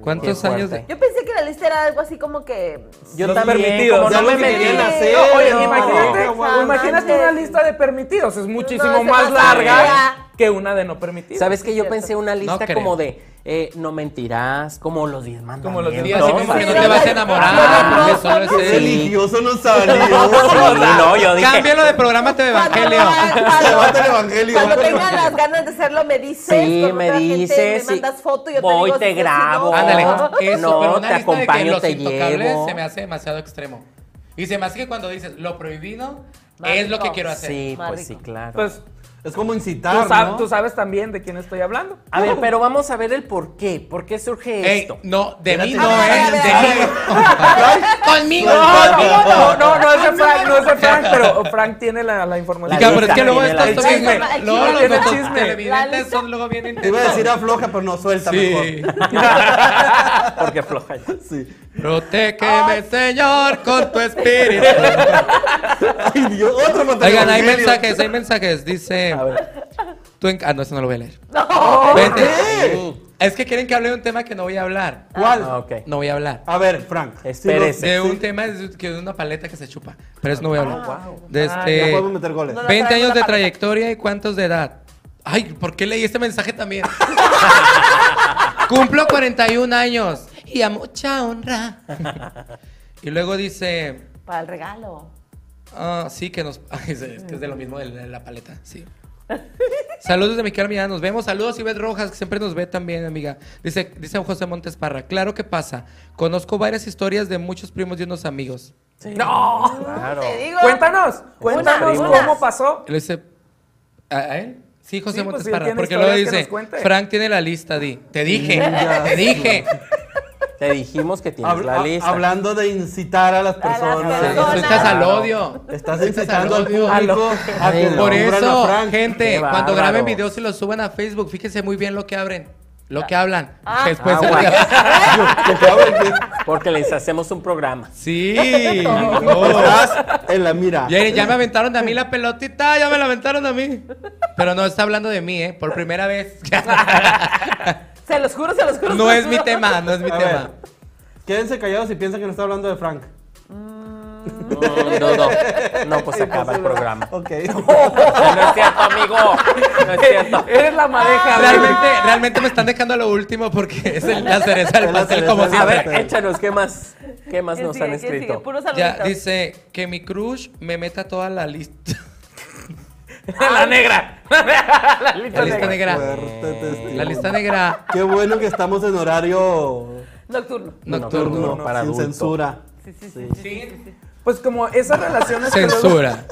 Speaker 4: ¿Cuántos
Speaker 5: Qué
Speaker 4: años de.?
Speaker 5: fuerte.
Speaker 7: Yo pensé que la lista era algo así como que.
Speaker 5: Yo
Speaker 3: Los
Speaker 5: también,
Speaker 3: permitidos.
Speaker 5: como
Speaker 6: Ya
Speaker 5: no
Speaker 6: lo
Speaker 5: me
Speaker 6: que
Speaker 5: metí.
Speaker 6: querían hacer.
Speaker 3: No, oye,
Speaker 6: no,
Speaker 3: imagínate,
Speaker 6: no, no,
Speaker 3: imagínate
Speaker 7: no,
Speaker 3: una
Speaker 7: no.
Speaker 3: lista de permitidos, es muchísimo
Speaker 7: No, se
Speaker 3: más
Speaker 7: me hace
Speaker 3: larga
Speaker 7: idea.
Speaker 3: que una de no permitidos.
Speaker 5: ¿Sabes que Yo
Speaker 7: Cierto.
Speaker 5: pensé una lista
Speaker 4: creo.
Speaker 5: como de eh, no mentirás, como los 10 mandamientos.
Speaker 3: Como los diez,
Speaker 4: Sí, así como que no te vas a
Speaker 5: Ah,
Speaker 4: enamorar.
Speaker 7: No, no,
Speaker 4: porque solo es
Speaker 7: no,
Speaker 6: Qué
Speaker 4: él.
Speaker 6: religioso nos salió.
Speaker 5: Sí, no, yo dije.
Speaker 4: Cámbialo de programa de
Speaker 7: Cuando,
Speaker 4: Evangelio.
Speaker 6: Se
Speaker 7: cuando,
Speaker 6: mata el evangelio.
Speaker 7: cuando
Speaker 6: mata el
Speaker 7: tengas
Speaker 6: evangelio.
Speaker 7: las ganas de hacerlo, me dices.
Speaker 5: Sí,
Speaker 7: con
Speaker 5: me
Speaker 7: otra gente,
Speaker 5: dices.
Speaker 7: me
Speaker 5: sí.
Speaker 7: mandas foto y yo
Speaker 5: Voy,
Speaker 7: te digo.
Speaker 5: te
Speaker 7: si sí o si
Speaker 5: grabo.
Speaker 7: no.
Speaker 4: Ándale, eso,
Speaker 5: no,
Speaker 4: pero una
Speaker 5: te
Speaker 4: lista de que
Speaker 5: acompaño,
Speaker 4: los
Speaker 5: te
Speaker 4: intocables
Speaker 5: llevo.
Speaker 4: se me hace demasiado extremo. Y se me hace que cuando dices lo prohibido
Speaker 7: Más
Speaker 4: es lo que
Speaker 7: rico.
Speaker 4: quiero hacer.
Speaker 5: Sí,
Speaker 7: Más
Speaker 5: pues sí,
Speaker 7: rico.
Speaker 5: claro.
Speaker 3: Pues
Speaker 6: Es como
Speaker 3: tú,
Speaker 6: incitar,
Speaker 3: sab-
Speaker 6: ¿no?
Speaker 3: tú sabes también de quién estoy hablando.
Speaker 5: a ver, pero vamos a ver el por qué. ¿Por qué surge
Speaker 4: Ey,
Speaker 5: esto?
Speaker 4: no, de mí
Speaker 6: Espérate,
Speaker 4: no,
Speaker 7: no,
Speaker 4: ¿eh?
Speaker 7: a ver,
Speaker 4: De
Speaker 7: a
Speaker 4: mí
Speaker 7: ver.
Speaker 4: no. Conmigo.
Speaker 3: No, no, no es de Frank, no es de Frank, pero Frank tiene la, la información.
Speaker 4: Diga, pero es
Speaker 5: lista,
Speaker 4: que luego
Speaker 5: viene la lista.
Speaker 4: estás bien.
Speaker 7: El chisme,
Speaker 4: Luego
Speaker 7: el
Speaker 4: los
Speaker 7: chisme.
Speaker 4: los
Speaker 3: La
Speaker 4: televidentes
Speaker 7: lista.
Speaker 4: son luego bien
Speaker 6: Te iba a
Speaker 4: intensos.
Speaker 6: decir afloja, pero no suelta
Speaker 4: Sí.
Speaker 6: mejor.
Speaker 5: Porque floja ya.
Speaker 6: Sí.
Speaker 4: Protégeme, Señor, con tu espíritu.
Speaker 6: Ay, Dios, otro mata el
Speaker 4: Oigan, hay
Speaker 6: evangelio.
Speaker 4: mensajes, hay mensajes. Dice. Tú en- Ah, no, eso no lo voy a leer. Vente. Es que quieren que hable de un tema que no voy a hablar.
Speaker 6: ¿Cuál?
Speaker 5: Ah, ok.
Speaker 4: No voy a hablar.
Speaker 6: A ver, Frank. si
Speaker 5: Espérese.
Speaker 4: De
Speaker 6: los-
Speaker 4: un
Speaker 6: sí,
Speaker 4: tema de, que de una paleta que se chupa. Pero eso no voy a hablar.
Speaker 7: Ah,
Speaker 4: De
Speaker 6: Ya
Speaker 4: este,
Speaker 6: podemos meter goles.
Speaker 7: No, no.
Speaker 4: 20
Speaker 7: traigo
Speaker 4: años
Speaker 7: la
Speaker 4: de
Speaker 7: paleta.
Speaker 4: trayectoria y cuántos de edad. Ay, ¿por qué leí este mensaje también? Cumplo 41 años y a mucha honra. y luego dice,
Speaker 7: Para el regalo.
Speaker 4: ah, sí, que nos... Ay, es es que es de lo mismo de la, de la paleta, sí. Saludos de Miquel Miranda, nos vemos. Saludos Ivette Rojas, que siempre nos ve también, amiga. Dice, dice José Montes Parra, claro que pasa. Conozco varias historias de muchos primos y unos amigos.
Speaker 3: No.
Speaker 5: Claro.
Speaker 7: Te digo.
Speaker 3: Cuéntanos, cuéntanos
Speaker 5: primo.
Speaker 3: cómo pasó.
Speaker 4: Y le dice, ¿a, a él? Sí, José
Speaker 3: Sí, pues,
Speaker 4: Montes
Speaker 3: si él
Speaker 4: Parra,
Speaker 3: tiene
Speaker 4: porque luego
Speaker 3: historias que
Speaker 4: dice,
Speaker 3: nos cuente.
Speaker 4: Frank tiene la lista, Di. Te dije, te dije.
Speaker 5: Te dijimos que tienes
Speaker 6: Habla-
Speaker 5: la
Speaker 6: ha-
Speaker 5: lista.
Speaker 6: Hablando de incitar a las personas.
Speaker 7: personas.
Speaker 4: Tú estás al odio.
Speaker 6: Estás incitando al
Speaker 4: odio.
Speaker 6: público a que
Speaker 4: Por
Speaker 6: descubran a
Speaker 4: eso,
Speaker 6: Frank.
Speaker 4: gente,
Speaker 5: Qué
Speaker 4: cuando
Speaker 5: bárbaros.
Speaker 4: graben videos y los suban a Facebook, fíjense muy bien lo que abren, lo que hablan.
Speaker 7: Ah.
Speaker 4: Después
Speaker 5: Ah,
Speaker 4: se-
Speaker 5: bueno.
Speaker 6: Que te abra el-
Speaker 5: Porque les hacemos un programa.
Speaker 4: Sí. no.
Speaker 6: Estás en la mira.
Speaker 4: Ya, ya me aventaron a mí la pelotita, ya me la aventaron a mí. Pero no está hablando de mí, ¿eh? Por primera vez.
Speaker 7: Se los juro, se los juro.
Speaker 4: No
Speaker 7: se los
Speaker 4: es mi
Speaker 7: juro.
Speaker 4: tema, no es mi
Speaker 6: A
Speaker 4: tema.
Speaker 6: ver, quédense callados si piensan que no está hablando de Frank.
Speaker 5: No, no, no. No, pues se acaba el programa.
Speaker 6: Ok.
Speaker 5: No es cierto, amigo. No es cierto.
Speaker 3: Eres la madeja. güey.
Speaker 4: Realmente, realmente me están dejando a lo último porque es el, la cereza del
Speaker 6: Es la
Speaker 4: pastel
Speaker 6: cereza
Speaker 4: como
Speaker 6: del
Speaker 5: A
Speaker 4: siempre.
Speaker 5: ver, échanos, ¿qué más? ¿Qué más
Speaker 7: ¿Quién
Speaker 5: nos
Speaker 7: sigue?
Speaker 5: han
Speaker 7: ¿Quién sigue?
Speaker 5: escrito?
Speaker 7: Puros
Speaker 4: Ya
Speaker 7: saluditos.
Speaker 4: dice que mi crush me meta toda la lista.
Speaker 3: la negra. la lista
Speaker 4: La
Speaker 3: negra.
Speaker 4: lista negra.
Speaker 6: Fuerte testigo.
Speaker 4: La lista negra
Speaker 6: Qué bueno que estamos en horario
Speaker 7: Nocturno.
Speaker 4: nocturno.
Speaker 5: Nocturno para
Speaker 6: sin
Speaker 5: adulto.
Speaker 6: censura.
Speaker 7: Sí, sí, sí.
Speaker 3: Pues como esas relaciones que luego-
Speaker 4: Censura.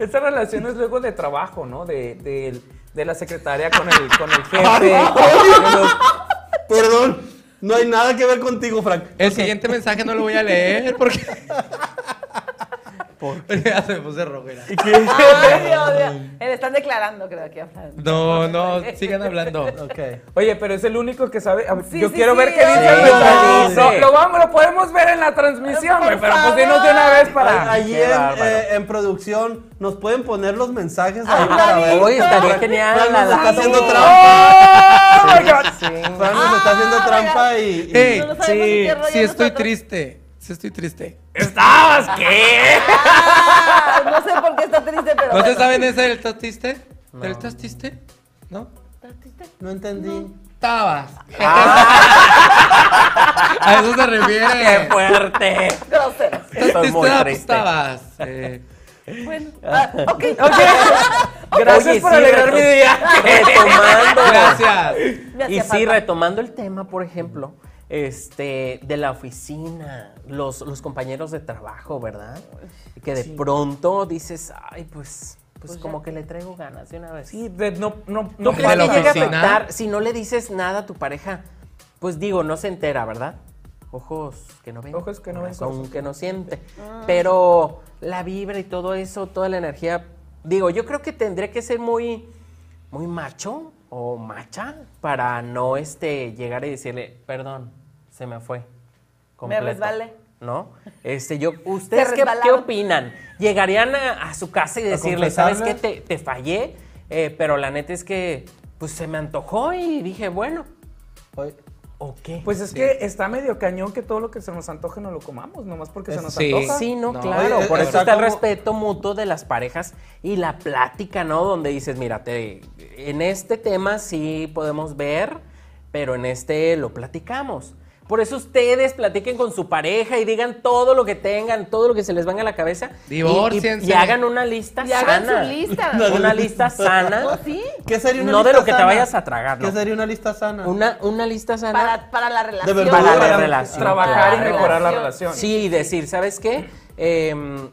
Speaker 3: Estas relaciones luego de trabajo, ¿no? De, de, de la secretaria con el, con el jefe. con los-
Speaker 6: Perdón, no hay nada que ver contigo, Frank.
Speaker 4: El siguiente mensaje no lo voy a leer porque. Ya se me puse rojo. mira.
Speaker 7: Ay, Dios, Dios. Eh, Están declarando, creo, aquí hablan.
Speaker 4: No, no, sigan hablando.
Speaker 6: Ok.
Speaker 3: Oye, pero es el único que sabe. a ver,
Speaker 7: Sí,
Speaker 3: yo
Speaker 7: sí,
Speaker 3: quiero
Speaker 7: sí,
Speaker 3: ver qué dice el
Speaker 6: sí,
Speaker 3: mensaje.
Speaker 5: sí.
Speaker 3: No, lo, vamos, lo podemos ver en la transmisión, güey, pero pues dinos de una vez para.
Speaker 6: Allí
Speaker 5: qué
Speaker 6: en,
Speaker 5: bárbaro.
Speaker 6: eh, en producción nos pueden poner los mensajes ahí para ver.
Speaker 7: Ah, David.
Speaker 5: Hoy estaría
Speaker 6: Frank
Speaker 5: genial.
Speaker 6: nos
Speaker 5: la-
Speaker 6: está
Speaker 5: la-
Speaker 6: haciendo
Speaker 5: Sí,
Speaker 6: trampa.
Speaker 3: ¡Oh, my God!
Speaker 6: Frank nos está haciendo
Speaker 7: Ah,
Speaker 6: trampa
Speaker 7: mira.
Speaker 6: y. y-
Speaker 4: Ey,
Speaker 7: No lo sabemos
Speaker 4: sí,
Speaker 7: ni qué rollo
Speaker 4: sí estoy
Speaker 7: nosotros.
Speaker 4: triste. Sí estoy triste.
Speaker 3: ¿Estabas qué?
Speaker 7: Ah, no sé por qué está triste, pero.
Speaker 4: ¿No se
Speaker 7: bueno.
Speaker 4: saben ese del tostiste? ¿Del tostiste? ¿No?
Speaker 6: No entendí.
Speaker 4: Estabas.
Speaker 7: Ah.
Speaker 4: A eso se refiere.
Speaker 5: ¡Fuerte!
Speaker 7: Groseros.
Speaker 5: Estoy muy
Speaker 4: Tostista,
Speaker 5: triste.
Speaker 4: estabas. Eh,
Speaker 7: Bueno. ah, ok.
Speaker 3: Gracias
Speaker 5: Oye,
Speaker 3: por
Speaker 5: sí,
Speaker 3: alegrar
Speaker 5: retom-
Speaker 3: mi día.
Speaker 5: Retomando.
Speaker 4: gracias.
Speaker 7: Me hacía
Speaker 5: Y sí,
Speaker 7: falta.
Speaker 5: retomando el tema, por ejemplo, este, de la oficina, los, los compañeros de trabajo, ¿verdad? Que de pronto dices, ay, pues, pues, como que le traigo ganas de una vez.
Speaker 3: Sí, de- no, no,
Speaker 5: ¿Tú
Speaker 3: no
Speaker 5: crees
Speaker 4: de la
Speaker 5: que llega a
Speaker 4: oficina?
Speaker 5: afectar si no le dices nada a tu pareja? Pues digo, no se entera, ¿verdad? Ojos que no ven.
Speaker 3: Ojos que no ven,
Speaker 5: corazón
Speaker 3: corazón
Speaker 5: que no siente. Ah. Pero la vibra y todo eso, toda la energía. Digo, yo creo que tendría que ser muy, muy macho o macha para no este, llegar y decirle, perdón, se me fue. completo".
Speaker 7: resbalé.
Speaker 5: ¿No? Este, yo, ¿Ustedes qué, qué
Speaker 7: resbalaron.
Speaker 5: opinan? ¿Llegarían a, a su casa y decirle, ¿sabes qué?
Speaker 6: confesarle?
Speaker 5: Te, te fallé, eh, pero la neta es que pues se me antojó y dije, bueno,
Speaker 6: Oye,
Speaker 5: ¿o qué?
Speaker 3: Pues es que está medio cañón que todo lo que se nos antoje no lo comamos, nomás porque se nos
Speaker 4: Sí.
Speaker 3: antoja.
Speaker 5: Sí, no,
Speaker 4: No,
Speaker 5: claro.
Speaker 6: oye,
Speaker 5: por eso
Speaker 6: está
Speaker 5: está el
Speaker 6: como-
Speaker 5: respeto mutuo de las parejas y la plática, ¿no? Donde dices, mira, te- en este tema sí podemos ver, pero en este lo platicamos. Por eso ustedes platiquen con su pareja y digan todo lo que tengan, todo lo que se les venga a la cabeza. y- y- Y,
Speaker 4: Divórciense.
Speaker 5: hagan una lista
Speaker 7: Y
Speaker 5: sana.
Speaker 7: hagan su lista.
Speaker 5: Una lista sana.
Speaker 7: Oh, sí.
Speaker 6: ¿Qué sería una
Speaker 5: No de
Speaker 6: lista
Speaker 5: lo que te
Speaker 6: sana?
Speaker 5: vayas a tragar,
Speaker 6: ¿Qué
Speaker 5: no.
Speaker 6: sería una lista sana?
Speaker 5: Una, una lista sana.
Speaker 7: Para, para la relación.
Speaker 6: verdad.
Speaker 5: para la
Speaker 6: Para
Speaker 5: relación.
Speaker 3: Trabajar y
Speaker 5: claro.
Speaker 3: mejorar la relación.
Speaker 5: Sí, y decir, ¿sabes qué? Eh,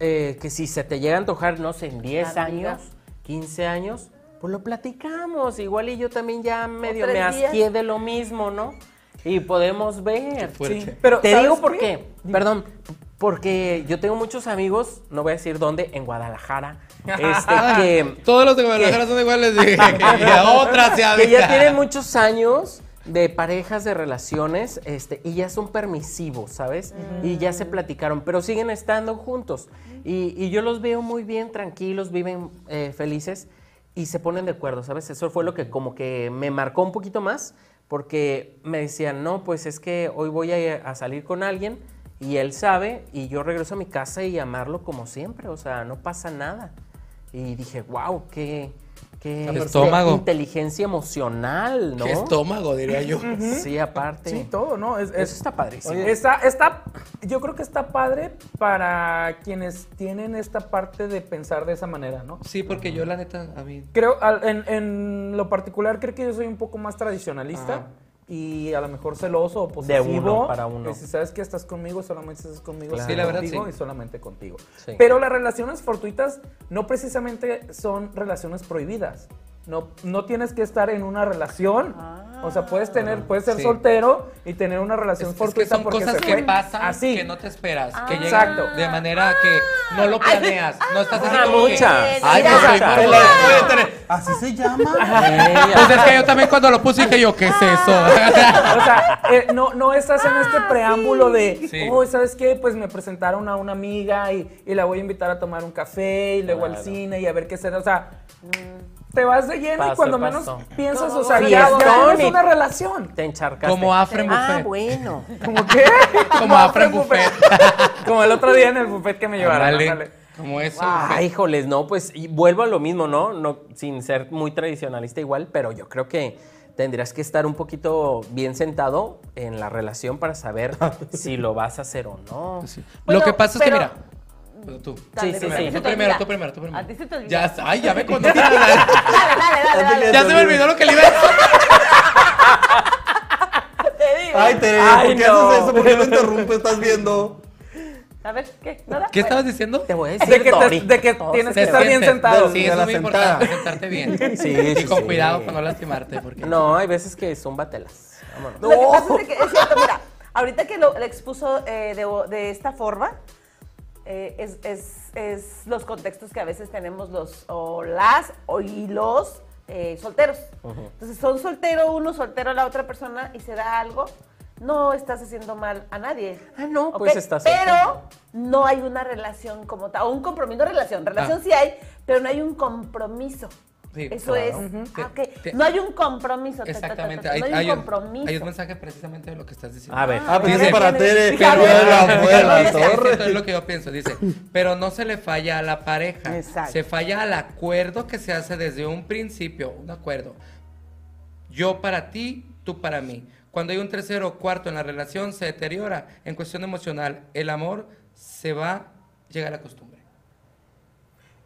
Speaker 5: eh, que si se te llega a antojar, no sé, en 10
Speaker 7: Claro,
Speaker 5: años, 15 años, pues lo platicamos. Igual y yo también ya medio
Speaker 7: tres
Speaker 5: me
Speaker 7: días.
Speaker 5: asqué de lo mismo, ¿no? Y podemos ver.
Speaker 4: fuerte.
Speaker 5: Sí.
Speaker 3: Pero,
Speaker 5: te
Speaker 3: ¿sabes
Speaker 5: digo por
Speaker 3: qué?
Speaker 5: qué? Perdón, porque yo tengo muchos amigos, no voy a decir dónde, en Guadalajara, este, que
Speaker 4: Ah, Todos los de Guadalajara son iguales. Dije, que a otra se
Speaker 5: que
Speaker 4: avisa.
Speaker 5: ya tienen muchos años de parejas, de relaciones, este, y ya son permisivos, ¿sabes? Y ya se platicaron, pero siguen estando juntos. Y, y yo los veo muy bien, tranquilos, viven eh, felices y se ponen de acuerdo, ¿sabes? Eso fue lo que como que me marcó un poquito más, porque me decían, no, pues es que hoy voy a, a salir con alguien y él sabe, y yo regreso a mi casa y amarlo como siempre, o sea, no pasa nada. Y dije, wow, qué, qué
Speaker 4: Qué estómago.
Speaker 5: inteligencia emocional, ¿no?
Speaker 4: Qué estómago, diría yo.
Speaker 5: Sí, aparte.
Speaker 3: Sí, todo, ¿no? Es, es-
Speaker 5: Eso está padrísimo.
Speaker 3: Está, está, yo creo que está padre para quienes tienen esta parte de pensar de esa manera, ¿no?
Speaker 4: Sí, porque yo, la neta, a mí.
Speaker 3: Creo, al- en, en lo particular, creo que yo soy un poco más tradicionalista
Speaker 4: Ajá.
Speaker 3: y a lo mejor celoso o posesivo.
Speaker 5: uno para uno.
Speaker 3: que Si sabes que estás conmigo, solamente estás conmigo,
Speaker 4: Claro.
Speaker 3: sí,
Speaker 4: Sí, la verdad,
Speaker 3: contigo
Speaker 4: sí.
Speaker 3: y solamente contigo.
Speaker 5: Sí.
Speaker 3: Pero las relaciones fortuitas no precisamente son relaciones prohibidas. No, no tienes que estar en una relación. o sea, puedes
Speaker 5: Ah.
Speaker 3: tener, puedes ser
Speaker 4: Sí.
Speaker 3: soltero y tener una relación
Speaker 4: Es, es
Speaker 3: fortuita
Speaker 4: que son
Speaker 3: porque
Speaker 4: cosas
Speaker 3: se
Speaker 4: que
Speaker 3: fue
Speaker 4: pasan
Speaker 3: así. Ah.
Speaker 4: que no te esperas. Que
Speaker 3: Exacto.
Speaker 4: llegan de manera que no lo planeas. no estás
Speaker 5: Ah,
Speaker 4: así como que,
Speaker 5: muchas.
Speaker 4: Ay, pues soy
Speaker 5: Muchas.
Speaker 4: mormona.
Speaker 6: ¿Así se llama?
Speaker 4: Pues es que yo también cuando lo puse dije yo, ¿qué es eso?
Speaker 3: O sea, eh, no, no estás en este preámbulo de,
Speaker 4: Ah, Sí.
Speaker 3: oh, ¿sabes qué? Pues me presentaron a una amiga y, y la voy a invitar a tomar un café y luego al cine y a ver qué será. O sea, te vas de lleno y
Speaker 5: Paso,
Speaker 3: cuando
Speaker 5: paso.
Speaker 3: menos piensas, o
Speaker 7: Como
Speaker 3: sea, ya,
Speaker 5: fiestón y-
Speaker 3: ya es una relación.
Speaker 5: Te encharcaste.
Speaker 4: Como Afren
Speaker 5: Ah,
Speaker 4: Buffet.
Speaker 5: bueno.
Speaker 3: ¿Cómo qué?
Speaker 4: Como Afren Buffet.
Speaker 3: Como el otro día en el buffet que me llevaron.
Speaker 4: Ándale,
Speaker 3: ándale.
Speaker 4: Como eso.
Speaker 5: Ah, híjoles, no, pues y vuelvo a lo mismo, ¿no? No, sin ser muy tradicionalista igual, pero yo creo que tendrías que estar un poquito bien sentado en la relación para saber si lo vas a hacer o no.
Speaker 4: Sí.
Speaker 7: Bueno,
Speaker 4: lo que pasa es que,
Speaker 7: pero-
Speaker 4: mira. pero tú.
Speaker 7: Dale,
Speaker 5: sí,
Speaker 7: pero
Speaker 5: sí.
Speaker 7: a ti se
Speaker 4: Tú
Speaker 7: te
Speaker 4: primero,
Speaker 7: olvida.
Speaker 4: tú primero, tú primero.
Speaker 7: A ti se te olvida.
Speaker 4: Ya, sa- ay, ya me contaste. ya
Speaker 7: Dale, dale, dale, dale.
Speaker 6: Ándale.
Speaker 4: se me olvidó lo que le iba a decir.
Speaker 7: Te digo.
Speaker 6: Ay, Tere,
Speaker 5: Ay,
Speaker 6: ¿por qué
Speaker 5: no.
Speaker 6: haces eso? ¿Por qué lo interrumpes? ¿Estás viendo?
Speaker 7: A ver, ¿qué? ¿Nada?
Speaker 4: ¿Qué
Speaker 7: Bueno.
Speaker 4: estabas diciendo?
Speaker 5: Te voy a decir
Speaker 3: De que, te-
Speaker 5: Tori.
Speaker 3: de que
Speaker 5: Todo
Speaker 3: tienes
Speaker 5: se
Speaker 3: que estar bien
Speaker 4: siente.
Speaker 3: sentado.
Speaker 4: Sí,
Speaker 6: De
Speaker 4: eso
Speaker 6: la
Speaker 4: es muy
Speaker 6: sentada.
Speaker 4: importante, sentarte bien.
Speaker 5: Sí,
Speaker 4: Y
Speaker 5: sí,
Speaker 4: con
Speaker 5: sí.
Speaker 4: cuidado para no lastimarte. Porque...
Speaker 5: No, hay veces que zúmbatelas. Vámonos.
Speaker 7: Lo que pasa es de que es cierto, mira, ahorita que lo, la expuso eh, de, de esta forma, eh, es, es- es los contextos que a veces tenemos los o las o y los eh, solteros. Entonces son soltero uno, soltero la otra persona y se da algo. No estás haciendo mal a nadie.
Speaker 5: Ah, no,
Speaker 7: ¿ok?
Speaker 5: pues estás
Speaker 7: Pero
Speaker 5: soltero.
Speaker 7: no hay una relación como tal, o un compromiso, no relación. Relación sí hay, pero no hay un compromiso.
Speaker 4: Sí,
Speaker 7: Eso
Speaker 4: claro.
Speaker 7: es. ah, ok.
Speaker 4: Te- te-
Speaker 7: no hay un compromiso. ta, ta, ta, ta, ta,
Speaker 4: Exactamente.
Speaker 7: no
Speaker 4: Hay,
Speaker 7: hay,
Speaker 4: hay
Speaker 7: un
Speaker 4: un,
Speaker 7: compromiso.
Speaker 4: hay un mensaje precisamente de lo que estás diciendo.
Speaker 5: A ver.
Speaker 6: Ah, pero eso
Speaker 4: Dice-
Speaker 6: para Tere.
Speaker 7: Dije, a
Speaker 6: Pero
Speaker 7: ver,
Speaker 6: la-
Speaker 7: dije,
Speaker 6: fue la
Speaker 7: a
Speaker 4: Sí, es
Speaker 7: ver,
Speaker 6: torre.
Speaker 4: cierto, es lo que yo pienso. Dice, pero no se le falla a la pareja.
Speaker 7: Exacto.
Speaker 4: Se falla al acuerdo que se hace desde un principio. Un acuerdo. Yo para ti, tú para mí. Cuando hay un tercero o cuarto en la relación, se deteriora. En cuestión emocional, el amor se va, llega a la costumbre.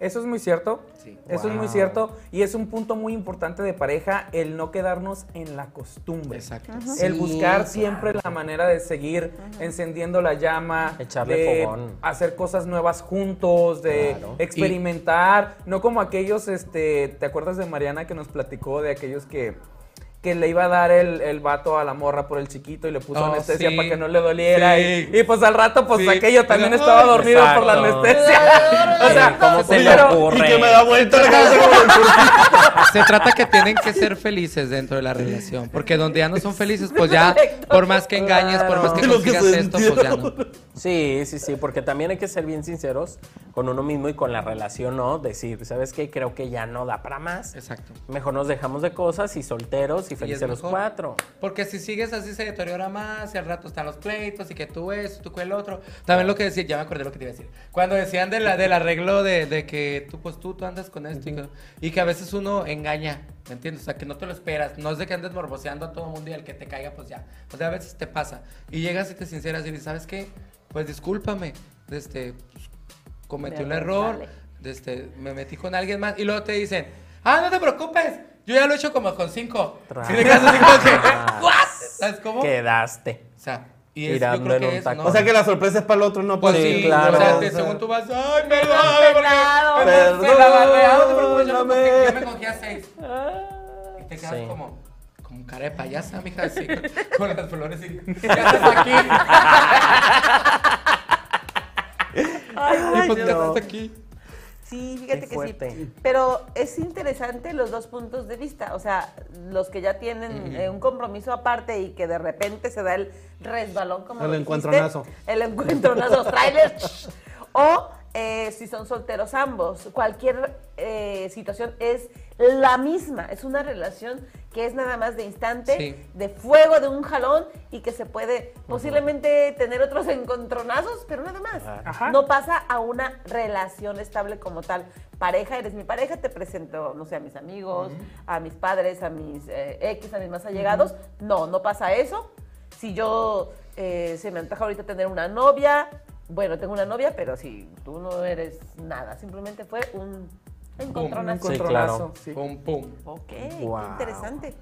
Speaker 3: Eso es muy cierto.
Speaker 4: Sí.
Speaker 3: Eso es muy cierto. Y es un punto muy importante de pareja, el no quedarnos en la costumbre.
Speaker 4: Exacto.
Speaker 3: El
Speaker 5: Sí,
Speaker 3: buscar siempre la manera de seguir encendiendo la llama,
Speaker 5: Echarle
Speaker 3: de
Speaker 5: fogón.
Speaker 3: hacer cosas nuevas juntos, de
Speaker 5: Claro.
Speaker 3: experimentar, no como aquellos, este, ¿te acuerdas de Mariana que nos platicó de aquellos que, que le iba a dar el, el vato a la morra por el chiquito y le puso
Speaker 4: Oh,
Speaker 3: anestesia
Speaker 4: sí.
Speaker 3: para que no le doliera?
Speaker 4: Sí.
Speaker 3: Y, y, pues al rato, pues
Speaker 4: Sí.
Speaker 3: aquello también
Speaker 4: Ay,
Speaker 3: estaba dormido por la
Speaker 5: exacto.
Speaker 3: anestesia. o sea,
Speaker 5: ¿Cómo se le
Speaker 3: pero-
Speaker 5: ocurre?
Speaker 6: Y que me da vuelta la cabeza como el
Speaker 4: Se trata que tienen que ser felices dentro de la relación, porque donde ya no son felices, pues ya, por más que engañes, por más que
Speaker 6: Claro. Lo que
Speaker 4: consigas
Speaker 6: se
Speaker 4: esto, pues ya no.
Speaker 5: Sí, sí, sí, porque también hay que ser bien sinceros con uno mismo y con la relación, ¿no? Decir, ¿sabes qué? Creo que ya no da para más.
Speaker 4: Exacto.
Speaker 5: Mejor nos dejamos de cosas y solteros y
Speaker 4: Y es
Speaker 5: felices los
Speaker 4: mejor.
Speaker 5: cuatro.
Speaker 4: Porque si sigues así se deteriora más y al rato están los pleitos y que tú eso, tú que el otro. También lo que decía, ya me acordé lo que te iba a decir. Cuando decían de la, del arreglo de, de que tú, pues tú, tú andas con esto y, que, y que a veces uno engaña, ¿me entiendes? O sea, que no te lo esperas. No es de que andes morboseando a todo mundo y al que te caiga, pues ya. O sea, a veces te pasa. Y llegas y te sinceras y dices, ¿sabes qué? Pues discúlpame, este, pues, cometí
Speaker 7: Me
Speaker 4: un error,
Speaker 7: resbalé.
Speaker 4: de este, me metí con alguien más y luego te dicen, ah, no te preocupes, yo ya lo he hecho como con cinco.
Speaker 5: Tras.
Speaker 4: Si te quedas así como que, "¿What?" ¿Sabes cómo?
Speaker 5: Quedaste.
Speaker 4: O sea, y es, yo
Speaker 5: Tirando
Speaker 4: creo
Speaker 5: en
Speaker 4: que
Speaker 5: un
Speaker 4: eso,
Speaker 5: taco.
Speaker 4: ¿no?
Speaker 6: O sea que la sorpresa es para el otro, no
Speaker 4: pues
Speaker 6: para
Speaker 4: sí,
Speaker 6: ti.
Speaker 5: claro.
Speaker 4: o sea, te-
Speaker 6: O sea,
Speaker 4: según tú vas, ay, perdón,
Speaker 7: pelado.
Speaker 4: porque
Speaker 6: Perdón,
Speaker 4: se la barré, ah, no te preocupes, yo me
Speaker 6: dame.
Speaker 4: cogí- yo me cogí a seis. Y te quedas
Speaker 5: Sí.
Speaker 4: como, como cara de payasa, mija, así, con- con las flores y, ¿qué haces aquí? y pues, ¿qué haces aquí?
Speaker 7: Sí, fíjate
Speaker 5: Qué
Speaker 7: que
Speaker 5: fuerte.
Speaker 7: sí. Pero es interesante los dos puntos de vista. O sea, los que ya tienen eh, un compromiso aparte y que de repente se da el resbalón como.
Speaker 6: El
Speaker 7: lo
Speaker 6: encuentronazo.
Speaker 7: dijiste, El encuentronazo, los trailers. o eh, si son solteros ambos. Cualquier eh, situación es la misma. Es una relación que es nada más de instante,
Speaker 4: Sí.
Speaker 7: de fuego, de un jalón y que se puede posiblemente tener otros encontronazos, pero nada más.
Speaker 3: Ajá.
Speaker 7: No pasa a una relación estable como tal. Pareja, eres mi pareja, te presento, no sé, a mis amigos, a mis padres, a mis eh, ex, a mis más allegados. No, no pasa eso. Si yo eh, se me antoja ahorita tener una novia, bueno, tengo una novia, pero si tú no eres nada, simplemente fue un encontronazo.
Speaker 5: Sí,
Speaker 3: Controlazo,
Speaker 5: claro.
Speaker 3: sí.
Speaker 4: Pum, pum.
Speaker 7: Ok, qué
Speaker 5: Guau.
Speaker 7: interesante.